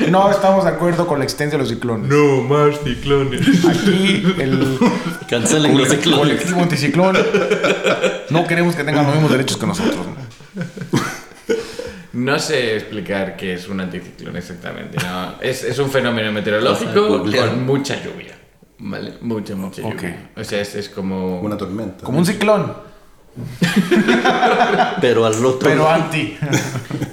Speaker 2: No estamos de acuerdo con la existencia de los ciclones.
Speaker 3: No más ciclones.
Speaker 2: Aquí el
Speaker 1: Cancelen los ciclones.
Speaker 2: colectivo anticiclón no queremos que tengan los mismos derechos que nosotros. ¿no?
Speaker 5: No sé explicar qué es un anticiclón exactamente. no. Es, es un fenómeno meteorológico
Speaker 1: Googlear.
Speaker 5: con mucha lluvia. Vale, mucha, mucha lluvia.
Speaker 2: Ok.
Speaker 5: O sea, es, es como.
Speaker 4: Una tormenta.
Speaker 2: Como un ciclón,
Speaker 1: Pero al otro.
Speaker 2: pero anti.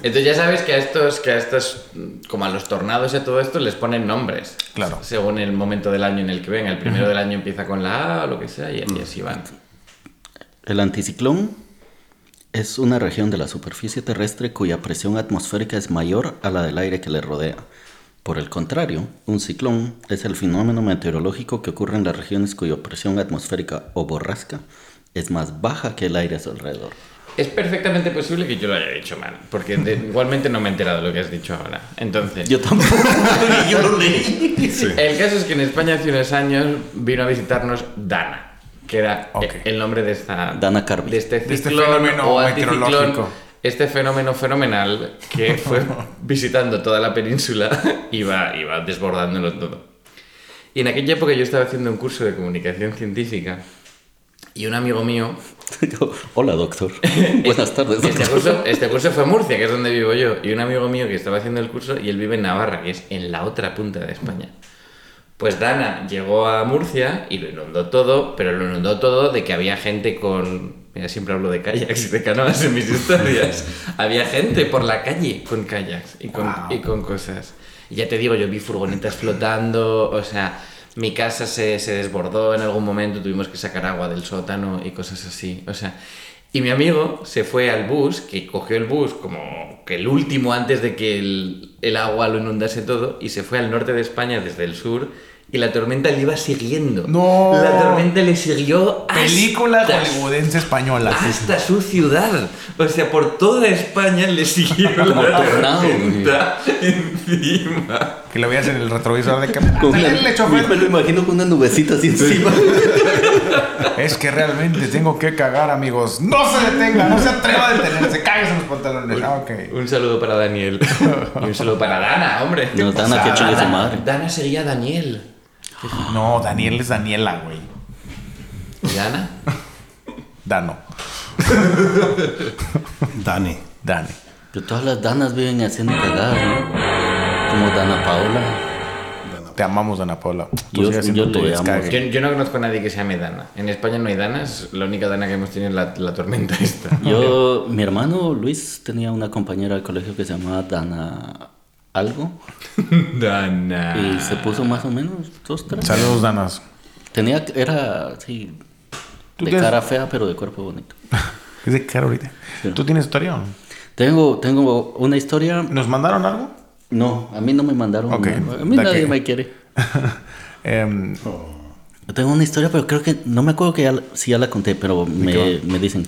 Speaker 5: Entonces ya sabes que a estos, que a estos, mm, como a los tornados y a todo esto, les ponen nombres.
Speaker 2: Claro.
Speaker 5: Según el momento del año en el que venga. El primero del año empieza con la A o lo que sea y, y así van.
Speaker 1: El anticiclón es una región de la superficie terrestre cuya presión atmosférica es mayor a la del aire que le rodea. Por el contrario, un ciclón es el fenómeno meteorológico que ocurre en las regiones cuya presión atmosférica o borrasca es más baja que el aire a su alrededor.
Speaker 5: Es perfectamente posible que yo lo haya dicho mal, porque de- igualmente no me he enterado de lo que has dicho ahora. Entonces,
Speaker 1: Yo tampoco, yo lo leí.
Speaker 5: El caso es que en España hace unos años vino a visitarnos Dana, que era
Speaker 2: Ok.
Speaker 5: eh, el nombre de esta.
Speaker 1: Dana Carvey.
Speaker 5: De este
Speaker 2: De este
Speaker 5: ciclón
Speaker 2: fenómeno
Speaker 5: o anticiclón,
Speaker 2: meteorológico.
Speaker 5: Este fenómeno fenomenal que fue visitando toda la península y va, y va desbordándolo todo. Y en aquella época yo estaba haciendo un curso de comunicación científica y un amigo mío.
Speaker 1: Yo, Hola, doctor. Buenas tardes,
Speaker 5: Este
Speaker 1: doctor.
Speaker 5: curso, este curso fue en Murcia, que es donde vivo yo. Y un amigo mío que estaba haciendo el curso y él vive en Navarra, que es en la otra punta de España. Pues Dana llegó a Murcia y lo inundó todo, pero lo inundó todo de que había gente con. Mira, siempre hablo de kayaks y de canoas en mis historias. había gente por la calle con kayaks y con, y con cosas. Y ya te digo, yo vi furgonetas flotando, o sea, mi casa se, se desbordó en algún momento, tuvimos que sacar agua del sótano y cosas así. O sea, y mi amigo se fue al bus, que cogió el bus como que el último antes de que el, el agua lo inundase todo, y se fue al norte de España desde el sur, y la tormenta le iba siguiendo.
Speaker 2: ¡No!
Speaker 5: La tormenta le siguió hasta-
Speaker 2: Película hollywoodense española.
Speaker 5: Hasta su ciudad. O sea, por toda España le siguió la
Speaker 1: tornado,
Speaker 5: tormenta encima.
Speaker 2: Que lo veías en el retrovisor de cámara.
Speaker 1: Con una-
Speaker 2: Dale, chofer.
Speaker 1: me lo imagino con una nubecita así encima.
Speaker 2: Es que realmente tengo que cagar, amigos. No se detenga, no se atreva a detenerse. Cáguese en los pantalones. Ah, ok.
Speaker 5: Un saludo para Daniel. Y un saludo para Dana, hombre.
Speaker 1: No, Dana, que chingue su madre.
Speaker 5: Dana seguía a Daniel.
Speaker 2: No, Daniel es Daniela, güey.
Speaker 5: ¿Y Dana?
Speaker 2: Dano.
Speaker 4: Dane.
Speaker 2: Dani.
Speaker 1: Pero todas las danas viven haciendo cagadas, ¿no? Como Dana Paola.
Speaker 2: Te amamos, Dana Paula.
Speaker 1: Yo-
Speaker 2: sigues haciendo
Speaker 1: yo
Speaker 2: tu
Speaker 1: le amo.
Speaker 2: descague.
Speaker 5: Yo, yo no conozco a nadie que se llame Dana. En España no hay Danas. La única Dana que hemos tenido es la, la tormenta esta.
Speaker 2: Ah,
Speaker 1: Yo, mi hermano Luis tenía una compañera del colegio que se llamaba Dana algo
Speaker 5: Dana.
Speaker 2: Ah.
Speaker 1: y se puso más o menos dos, tres.
Speaker 2: Saludos, Danas.
Speaker 1: Tenía, era, sí,
Speaker 2: ¿Tú
Speaker 1: de
Speaker 2: te has-
Speaker 1: cara fea pero de cuerpo bonito.
Speaker 2: Es de cara ahorita. ¿Tú tienes historia? o no?
Speaker 1: Tengo, tengo una historia.
Speaker 2: ¿Nos mandaron algo?
Speaker 1: No, a mí no me mandaron.
Speaker 2: Ok,
Speaker 1: nada. A mí
Speaker 2: da
Speaker 1: nadie
Speaker 2: que-
Speaker 1: me quiere.
Speaker 2: Em,
Speaker 1: Yo Tengo una historia, pero creo que no me acuerdo que ya, la- si ya la conté, pero me, me dicen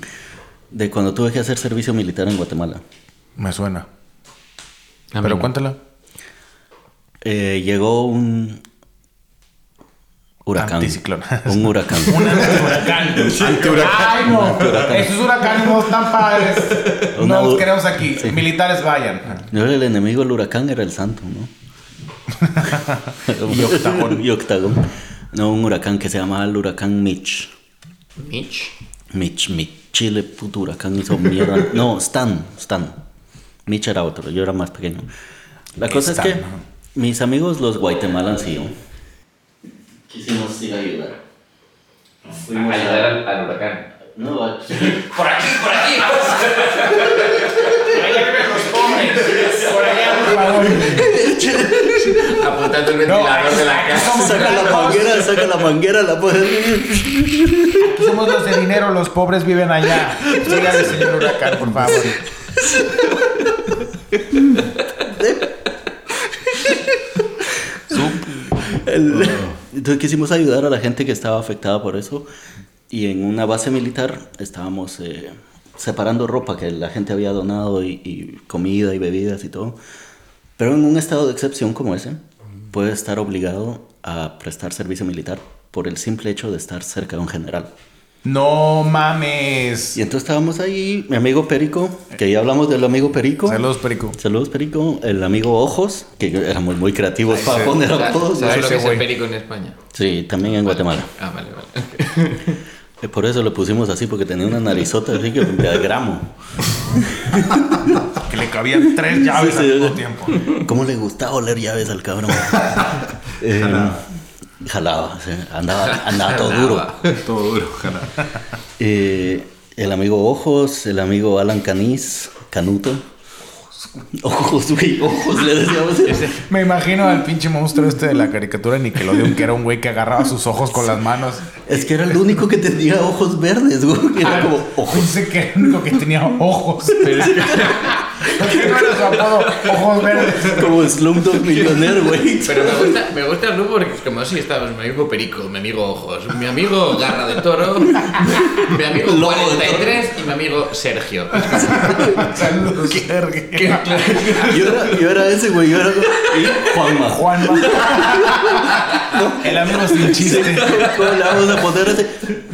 Speaker 1: de cuando tuve que hacer servicio militar en Guatemala.
Speaker 2: me suena.
Speaker 5: A mí
Speaker 2: Pero
Speaker 5: no.
Speaker 2: cuéntala.
Speaker 1: Eh, llegó un huracán.
Speaker 2: Anticiclón.
Speaker 1: Un huracán.
Speaker 2: ¡Ay, no! Esos huracanes no están padres.
Speaker 1: Una
Speaker 2: No los
Speaker 1: du-
Speaker 2: queremos aquí. Militares, vayan.
Speaker 1: No era el enemigo del huracán, era el santo, ¿no? y octagón. No, un huracán que se llamaba el huracán Mitch.
Speaker 5: Mitch.
Speaker 1: Mitch, Mitch, Chile, puto huracán hizo mierda. No, Stan, Stan. Mitch era otro, yo era más pequeño. La cosa
Speaker 2: Stan,
Speaker 1: es que
Speaker 2: ajá.
Speaker 1: mis amigos los guatemalans y yo quisimos ir a ayudar. Fuimos
Speaker 5: Ayudar al, al huracán.
Speaker 1: No, a-
Speaker 5: ¡Por aquí, por aquí!
Speaker 2: Por favor.
Speaker 5: Apuntando el
Speaker 2: No,
Speaker 5: ventilador de la casa.
Speaker 2: somos
Speaker 1: saca la
Speaker 2: blancos.
Speaker 1: manguera, saca la manguera, la pones.
Speaker 2: Somos los de dinero, los pobres viven allá. Dígale, señor Huracán, por favor.
Speaker 1: El- Entonces quisimos ayudar a la gente que estaba afectada por eso. Y en una base militar estábamos eh, separando ropa que la gente había donado y, y comida y bebidas y todo. Pero en un estado de excepción como ese, puede estar obligado a prestar servicio militar por el simple hecho de estar cerca de un general.
Speaker 2: No mames.
Speaker 1: Y entonces estábamos ahí, mi amigo Perico, que ya hablamos del amigo Perico.
Speaker 2: Saludos, Perico.
Speaker 1: Saludos, Perico. El amigo Ojos, que éramos muy creativos para poner a todos.
Speaker 5: ¿Sabes
Speaker 2: Sí,
Speaker 5: lo
Speaker 2: sí,
Speaker 5: que es
Speaker 2: güey.
Speaker 5: el perico en España?
Speaker 1: Sí, también en Guatemala.
Speaker 5: Ah, vale, vale.
Speaker 1: Eh, Por eso lo pusimos así, porque tenía una narizota así que de gramo.
Speaker 2: Que le cabían tres llaves
Speaker 1: Sí,
Speaker 2: al
Speaker 1: sí.
Speaker 2: mismo tiempo.
Speaker 1: ¿Cómo le gustaba oler llaves al cabrón? Eh, jalaba, sí, andaba, andaba todo duro.
Speaker 4: Todo duro, ojalá.
Speaker 1: Eh, el amigo Ojos, el amigo Alan Caniz, Canuto. Ojos, güey, ojos, le decíamos.
Speaker 2: Me imagino al pinche monstruo este de la caricatura de Nickelodeon, que era un güey que agarraba sus ojos con las manos.
Speaker 1: Es que era el único que tenía ojos verdes, güey. que Era como ojos.
Speaker 2: Pensé que era el único que tenía ojos. ¿Por qué no era su apodo? Ojos verdes.
Speaker 1: Como Slumdog Millionaire, güey.
Speaker 5: Pero me gusta, me gusta el grupo porque es como si estábamos mi amigo Perico, mi amigo Ojos, mi amigo Garra de Toro, mi amigo 43 y mi amigo Sergio.
Speaker 2: Saludos, Sergio.
Speaker 1: Yo era, yo era ese, güey. Yo era. Y Juanma.
Speaker 2: Juan El amigo sin chiste.
Speaker 1: ¿Cómo le vamos a poner ese?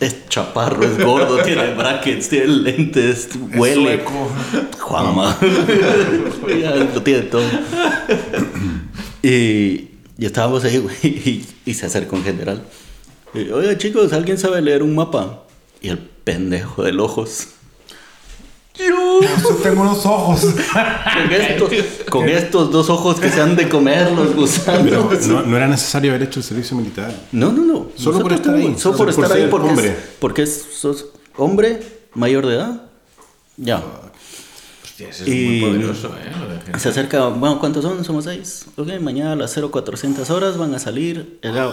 Speaker 1: Es chaparro, es gordo, tiene brackets, tiene lentes, huele.
Speaker 2: sueco.
Speaker 1: Juanma. Ya lo tiene todo. Y Y estábamos ahí, güey, y, y se acercó un general. Y, Oye, chicos, ¿alguien sabe leer un mapa? Y el pendejo del ojos.
Speaker 2: Tengo unos ojos.
Speaker 1: Con, estos- con estos dos ojos que se han de comer los
Speaker 4: Pero
Speaker 1: gusanos.
Speaker 4: no, no era necesario haber hecho el servicio militar.
Speaker 1: No, no, no.
Speaker 4: Solo por
Speaker 1: Nosotros
Speaker 4: estar
Speaker 1: estamos-
Speaker 4: ahí.
Speaker 1: Solo por
Speaker 4: Solo por
Speaker 1: estar ahí
Speaker 4: ser
Speaker 1: porque,
Speaker 4: hombre.
Speaker 1: Es, porque es- sos hombre mayor de edad. Ya.
Speaker 5: Hostia, ese es
Speaker 1: Y-
Speaker 5: muy poderoso, ¿eh? Lo de-
Speaker 1: Se acerca, bueno, ¿cuántos son? Somos seis. Ok, mañana a las 0400 horas van a salir. Era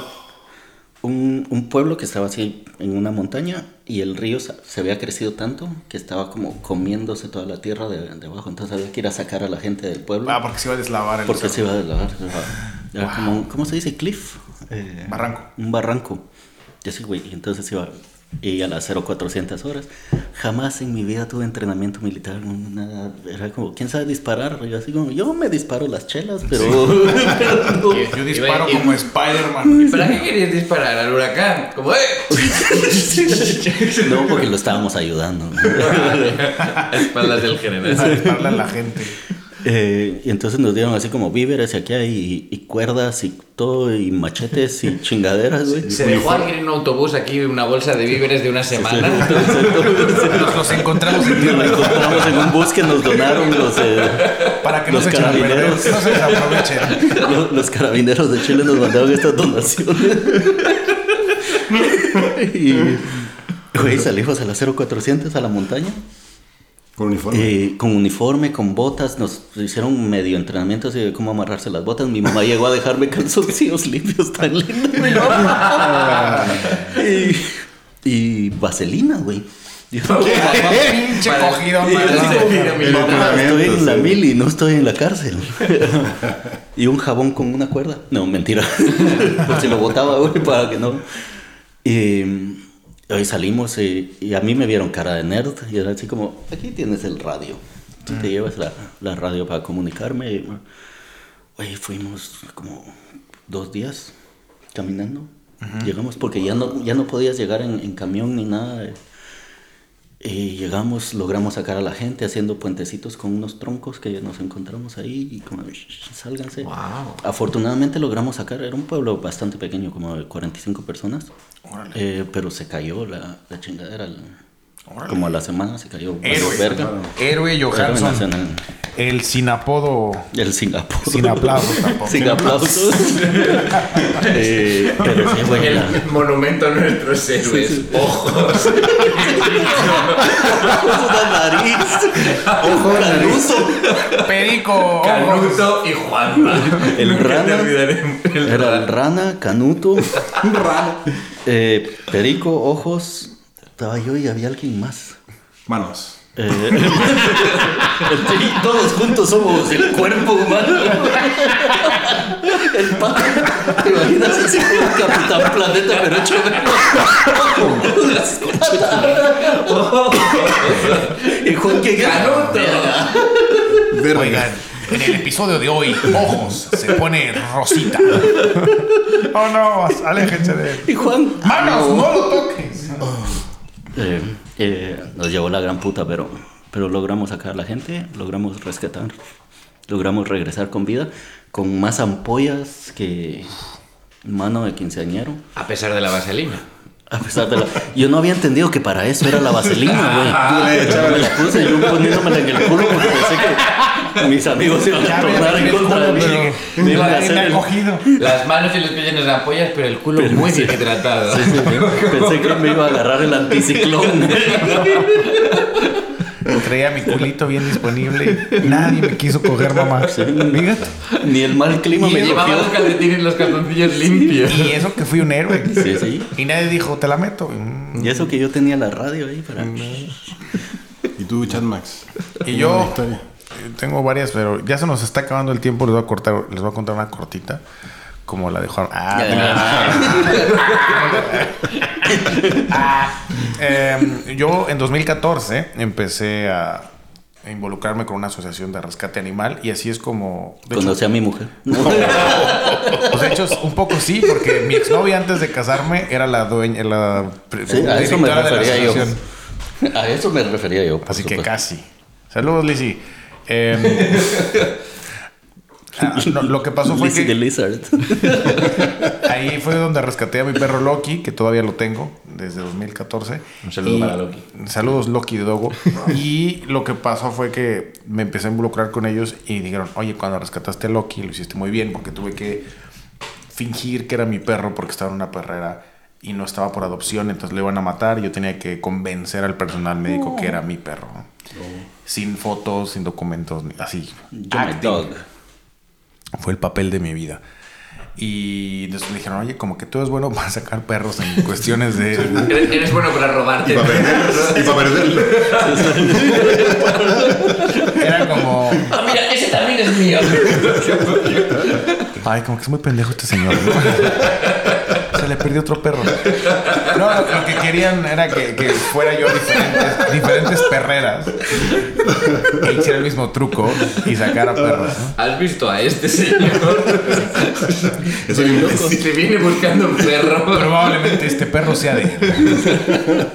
Speaker 1: un, un pueblo que estaba así en una montaña y el río se, se había crecido tanto que estaba como comiéndose toda la tierra de, de abajo. Entonces había que ir a sacar a la gente del pueblo.
Speaker 2: Ah, porque se iba a deslavar el
Speaker 1: porque
Speaker 2: cerro.
Speaker 1: se iba a deslavar. se iba a- Era como, un- ¿Cómo se dice? Cliff. Eh,
Speaker 2: Barranco.
Speaker 1: Un barranco. Yo sí, güey. Y entonces iba y a las 0400 horas. Jamás en mi vida tuve entrenamiento militar. no, Nada. Era como, ¿quién sabe disparar? Yo así como, yo me disparo las chelas, pero... pero no.
Speaker 2: Yo disparo
Speaker 5: Iba-
Speaker 2: como Spider-Man.
Speaker 5: ¿Para qué querías disparar al huracán? Como, ¡eh!
Speaker 1: No, porque lo estábamos ayudando.
Speaker 5: A espaldas del
Speaker 2: A
Speaker 5: general.
Speaker 2: dispararle a la gente.
Speaker 1: Eh, y entonces nos dieron así como víveres y aquí hay y cuerdas y todo y machetes y chingaderas, güey.
Speaker 5: Se dejó alguien en un autobús aquí una bolsa de víveres de una semana.
Speaker 2: Nos, nos encontramos en
Speaker 1: Nos
Speaker 2: tierra.
Speaker 1: encontramos en un bus que nos donaron los, eh,
Speaker 2: Para que no
Speaker 1: Los
Speaker 2: se echen a perder. No
Speaker 1: carabineros.
Speaker 2: se desaprovechen.
Speaker 1: los, los carabineros de Chile nos mandaron estas donaciones. y güey, salimos a las 0400 a la montaña.
Speaker 4: Con uniforme.
Speaker 1: eh, con uniforme, con botas, nos hicieron medio entrenamiento así de cómo amarrarse las botas. Mi mamá llegó a dejarme calzoncillos limpios tan lindos. mi mamá. y, y vaselina, güey. Yo, "Mamá,
Speaker 2: Pinche
Speaker 5: Para-
Speaker 2: cogido.
Speaker 5: Y
Speaker 2: madre.
Speaker 5: así como, mira, mi
Speaker 4: El
Speaker 5: mamá.
Speaker 1: Ah,
Speaker 4: entrenamiento,
Speaker 1: estoy en la
Speaker 4: sí.
Speaker 1: mili, no estoy en la cárcel. y un jabón con una cuerda. No, mentira. Por si lo botaba, güey, para que no. Y hoy salimos eh, y, y a mí me vieron cara de nerd. Y era así como, aquí tienes el radio. Tú
Speaker 5: Mm.
Speaker 1: te llevas la, la radio para comunicarme. Y, güey, fuimos como dos días caminando. Llegamos porque ya no, ya no podías llegar en, en camión ni nada. eh. de- y llegamos, logramos sacar a la gente haciendo puentecitos con unos troncos que nos encontramos ahí y como, "Shh, shh, sálganse.
Speaker 5: Wow.
Speaker 1: Afortunadamente logramos sacar, era un pueblo bastante pequeño, como de 45 personas, Eh, pero se cayó la, la chingadera. la-
Speaker 2: Órale.
Speaker 1: como a la semana se cayó. valió
Speaker 2: Héroe.
Speaker 1: verga.
Speaker 2: Héroe
Speaker 1: Héroe
Speaker 2: Johansson.
Speaker 1: nacional.
Speaker 2: El sin apodo.
Speaker 1: El sin aplausos.
Speaker 2: Sin aplausos tampoco.
Speaker 1: Sin aplausos. Eh, pero sí, güey, la-
Speaker 5: El monumento a nuestros héroes. Ojos.
Speaker 1: una nariz. Ojo, canuso.
Speaker 2: Perico. ojos.
Speaker 5: Canuto y Juanma.
Speaker 1: El
Speaker 5: Nunca te
Speaker 1: rana.
Speaker 5: olvidaré. El
Speaker 1: Era el
Speaker 5: rana.
Speaker 1: rana, canuto. rana. perico, ojos. Estaba yo y había alguien más.
Speaker 4: Manos.
Speaker 1: Eh, y todos juntos somos el cuerpo humano. El pato. ¿Te imaginas así como el Capitán Planeta, pero hecho menos? y Juan que ganó. verga.
Speaker 4: Verga.
Speaker 2: Oigan, en el episodio de hoy, ojos, se pone rosita. Oh no, aléjense de él.
Speaker 1: Y Juan.
Speaker 2: ¡Manos, no lo toques!
Speaker 1: Eh, eh, nos llevó la gran puta, pero, pero logramos sacar a la gente, logramos rescatar, logramos regresar con vida, con más ampollas que mano de quinceañero.
Speaker 5: A pesar de la vaselina.
Speaker 1: A pesar de la... Yo no había entendido que para eso era la vaselina,
Speaker 4: Tú le
Speaker 1: güey. Yo
Speaker 4: echabas
Speaker 1: me la puse yo poniéndomela en el culo porque pensé que mis amigos se iban a
Speaker 2: Ya me
Speaker 1: tornar en
Speaker 2: el
Speaker 1: contra de
Speaker 2: culo,
Speaker 1: mí.
Speaker 2: pero
Speaker 1: Me iban a
Speaker 2: nadie
Speaker 1: hacer
Speaker 2: me ha
Speaker 1: el-
Speaker 2: cogido.
Speaker 5: Las manos y los pies llenos de ampollas, pero el culo muy bien tratado.
Speaker 1: Sí, sí, sí. Pensé que me iba a agarrar el anticiclón.
Speaker 2: Traía mi culito bien disponible. Nadie me quiso coger, mamá. Fíjate.
Speaker 1: Ni el mal clima me
Speaker 5: Llevaba
Speaker 1: cogió.
Speaker 5: los calcetines y los calzoncillos limpios.
Speaker 2: Y eso que fui un héroe.
Speaker 1: Sí, sí.
Speaker 2: Y nadie dijo, te la meto. Mm.
Speaker 1: Y eso que yo tenía la radio ahí para...
Speaker 4: Y tú, Chad Max.
Speaker 2: Y yo-
Speaker 4: Una historia.
Speaker 2: Eh, Tengo varias, pero ya se nos está acabando el tiempo. Les voy a cortar, les voy a contar una cortita. Como la de Juan. Ah, Eh, Ah, yo en 2014 empecé a a involucrarme con una asociación de rescate animal y así es como... De hecho,
Speaker 1: Conocí a mi mujer.
Speaker 2: pues de hecho, es un poco sí, porque mi exnovia antes de casarme era la dueña, la pre-
Speaker 1: Sí, a eso me
Speaker 2: directora de la
Speaker 1: refería yo.
Speaker 2: asociación.
Speaker 1: A eso me refería yo. por
Speaker 2: Así que
Speaker 1: supuesto.
Speaker 2: casi. Saludos, Lizzy. Em, Ah, no, lo que pasó fue
Speaker 1: Lizzie the
Speaker 2: que
Speaker 1: Lizard.
Speaker 2: ahí fue donde rescaté a mi perro Loki, que todavía lo tengo desde 2014.
Speaker 3: Un saludo para Loki.
Speaker 2: Saludos Loki de Dogo. y lo que pasó fue que me empecé a involucrar con ellos y dijeron, oye, cuando rescataste a Loki lo hiciste muy bien porque tuve que fingir que era mi perro porque estaba en una perrera y no estaba por adopción, entonces lo iban a matar. Yo tenía que convencer al personal médico que era mi perro.
Speaker 3: Oh.
Speaker 2: Sin fotos, sin documentos, ni- así.
Speaker 1: Yo my
Speaker 2: Acting.
Speaker 1: dog.
Speaker 2: Fue el papel de mi vida. Y después me dijeron, oye, como que tú eres bueno para sacar perros en cuestiones de...
Speaker 5: Eres, eres bueno para
Speaker 4: Y
Speaker 5: robarte.
Speaker 4: para perderlo. Y para perderlo.
Speaker 2: Era como...
Speaker 5: Ah, mira, ese también es mío.
Speaker 2: Ay, como que es muy pendejo este señor. ¿no? Se le perdió otro perro. No, lo que querían era que, que fuera yo a diferentes, diferentes perreras e hiciera el mismo truco y sacara perros. ¿no?
Speaker 5: ¿Has visto a este señor?
Speaker 4: Es un
Speaker 5: Loco,
Speaker 4: imbécil.
Speaker 5: te viene buscando un perro.
Speaker 2: Probablemente este perro sea de él.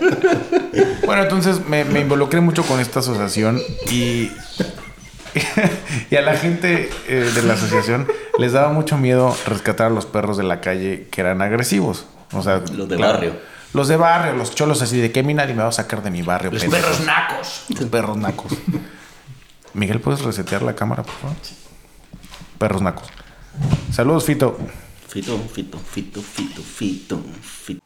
Speaker 2: Bueno, entonces me, me involucré mucho con esta asociación y, y a la gente eh, de la asociación les daba mucho miedo rescatar a los perros de la calle que eran agresivos. O sea,
Speaker 1: Los de barrio.
Speaker 2: Los de barrio, los cholos así de que a mí nadie me va a sacar de mi barrio.
Speaker 5: Los
Speaker 2: pendejo".
Speaker 5: perros nacos.
Speaker 2: Los perros nacos. Miguel, ¿puedes resetear la cámara, por favor? Perros nacos. Saludos, Fito.
Speaker 1: Fito, fito, fito, fito, fito, fito.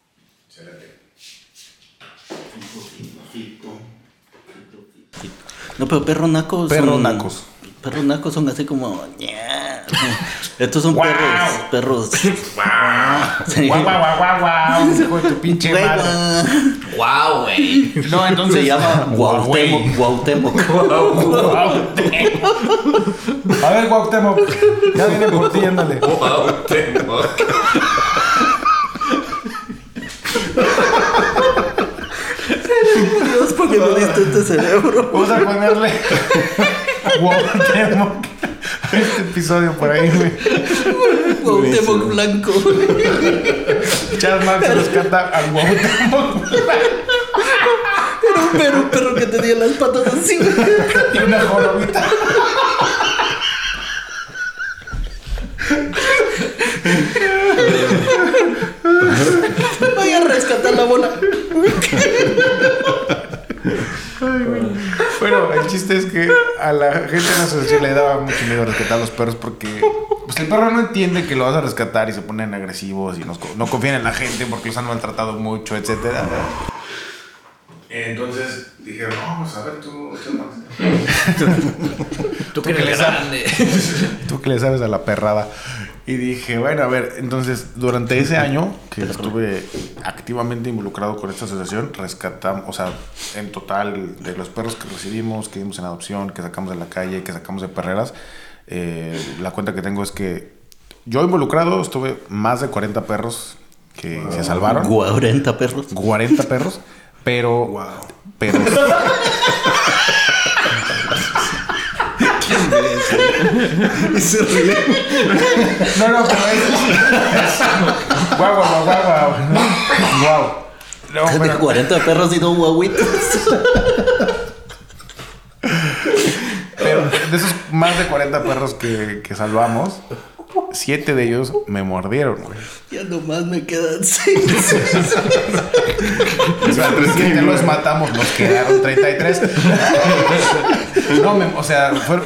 Speaker 1: No, pero perros nacos.
Speaker 2: Perros
Speaker 1: son-
Speaker 2: nacos.
Speaker 1: Perros nacos son así como. "Yeah". Estos son
Speaker 2: Guau.
Speaker 1: perros. Perros. Sí.
Speaker 2: Guau, guau, guau, guau, guau. Hijo de tu pinche
Speaker 1: Guau.
Speaker 2: madre.
Speaker 5: Guau, güey.
Speaker 2: No, entonces.
Speaker 1: Se llama
Speaker 2: Huawei.
Speaker 1: Guautemoc. Guautemoc.
Speaker 2: A ver, Cuauhtémoc. Ya viene por ti, ándale.
Speaker 5: Guau, tengo.
Speaker 1: Dios, ¿por qué no diste este cerebro?
Speaker 2: Vamos a ponerle. Cuauhtémoc. a Este episodio por ahí, güey.
Speaker 1: Guautemoc blanco.
Speaker 2: Charles Manson rescata al Cuauhtémoc.
Speaker 1: Pero un perro que tenía las patas así.
Speaker 2: Y una jorobita.
Speaker 1: Vaya a rescatar la bola.
Speaker 2: Bueno, el chiste es que a la gente en la asociación le daba mucho miedo rescatar a los perros porque pues, el perro no entiende que lo vas a rescatar y se ponen agresivos y nos co- no confían en la gente porque los han maltratado mucho, etcétera. Entonces dijeron, vamos a ver tú,
Speaker 5: Tú que
Speaker 2: que
Speaker 5: eres
Speaker 2: les da-
Speaker 5: grande.
Speaker 2: tú que le sabes a la perrada. Y dije, bueno, a ver, entonces durante ese año que estuve activamente involucrado con esta asociación, rescatamos, o sea, en total de los perros que recibimos, que dimos en adopción, que sacamos de la calle, que sacamos de perreras, eh, la cuenta que tengo es que yo involucrado estuve más de 40 perros que se salvaron.
Speaker 1: 40 perros.
Speaker 2: 40 perros, pero... Pero...
Speaker 4: Y se ríe.
Speaker 2: No, no, pero es. Guau, guau, guau, guau, guau. Guau. No,
Speaker 1: De
Speaker 2: pero
Speaker 1: 40 perros y dos guaguitos.
Speaker 2: pero de esos más de 40 perros que, que salvamos, siete de ellos me mordieron, güey.
Speaker 1: Ya nomás me quedan seis.
Speaker 2: O sea, siete los matamos, nos quedaron 33. No, me- o sea, fue-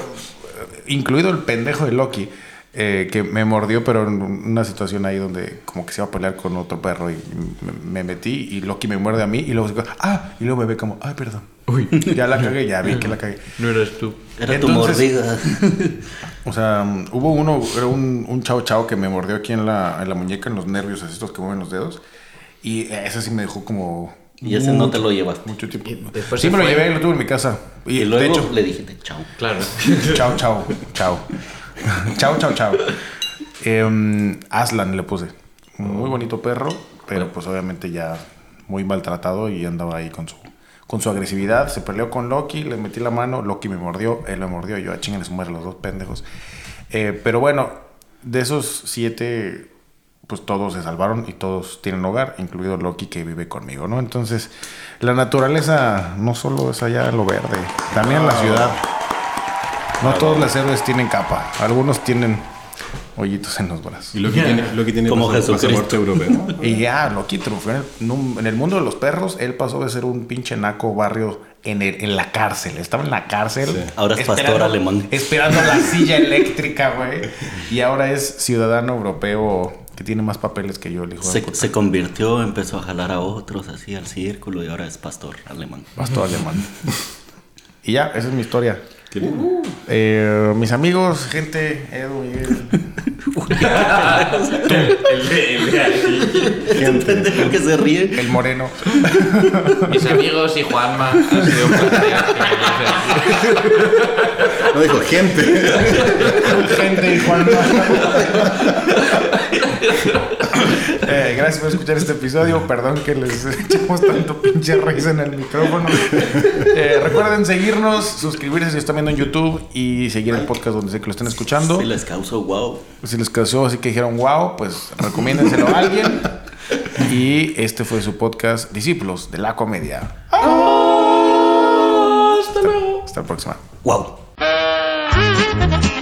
Speaker 2: incluido el pendejo de Loki, eh, que me mordió, pero en una situación ahí donde como que se iba a pelear con otro perro y me, me metí y Loki me muerde a mí y luego se queda, ah, y luego me ve como, ay, perdón. Uy. Ya la cagué, ya vi que la cagué.
Speaker 3: No eras tú.
Speaker 1: Era tu
Speaker 2: Entonces-
Speaker 1: mordida.
Speaker 2: O sea, um, hubo uno, era un, un chao chao que me mordió aquí en la, en la muñeca, en los nervios, así estos que mueven los dedos. Y eh, ese sí me dejó como.
Speaker 1: Y ese no te lo llevaste.
Speaker 2: Mucho tiempo.
Speaker 5: Y después
Speaker 2: sí,
Speaker 5: se
Speaker 2: me lo
Speaker 5: fue.
Speaker 2: llevé y lo tuve en mi casa. Y,
Speaker 1: Y luego
Speaker 2: de hecho,
Speaker 1: le dijiste chao.
Speaker 5: Claro.
Speaker 2: chao, chao, chao. chao, chao, chao. Em, Aslan le puse. Un Muy bonito perro, pero pues obviamente ya muy maltratado y andaba ahí con su, con su agresividad. Se peleó con Loki, le metí la mano, Loki me mordió, él me mordió, y yo a chingan les muere los dos pendejos. Eh, pero bueno, de esos siete, pues todos se salvaron y todos tienen hogar, incluido Loki que vive conmigo, ¿no? Entonces, la naturaleza no solo es allá en lo verde, también en la ciudad. No todos los héroes tienen capa. Algunos tienen hoyitos en los brazos.
Speaker 4: Y lo que tiene, lo que tiene
Speaker 1: Como
Speaker 4: pas-
Speaker 1: Jesucristo.
Speaker 4: pasaporte europeo.
Speaker 2: Y ya, loquito, fue en el- num- en el mundo de los perros, él pasó de ser un pinche naco barrio en, el- en la cárcel. Estaba en la cárcel.
Speaker 4: Sí.
Speaker 1: Ahora es pastor
Speaker 2: esperando-
Speaker 1: alemán.
Speaker 2: Esperando la silla eléctrica, güey. Y ahora es ciudadano europeo que tiene más papeles que yo, el hijo de
Speaker 1: Se,
Speaker 2: puta.
Speaker 1: se convirtió, empezó a jalar a otros así al círculo y ahora es pastor alemán.
Speaker 2: Pastor alemán. Y ya, esa es mi historia.
Speaker 4: Qué lindo.
Speaker 2: Eh, mis amigos, gente, Edu, Miguel.
Speaker 1: Es un Este pendejo que se ríe.
Speaker 2: El Moreno.
Speaker 5: Mis amigos y Juanma han sido un placer.
Speaker 4: No dijo gente.
Speaker 2: Gente y Juan. Eh, gracias por escuchar este episodio. Perdón que les echamos tanto pinche risa en el micrófono. Eh, recuerden seguirnos, suscribirse si están viendo en YouTube y seguir el podcast donde sea que lo estén escuchando.
Speaker 1: Sí les causó wow.
Speaker 2: Si les causó así que dijeron wow, pues recomiéndenselo a alguien. Y este fue su podcast Discípulos de la Comedia. Hasta luego. Hasta la próxima.
Speaker 1: Wow.
Speaker 6: Thank you.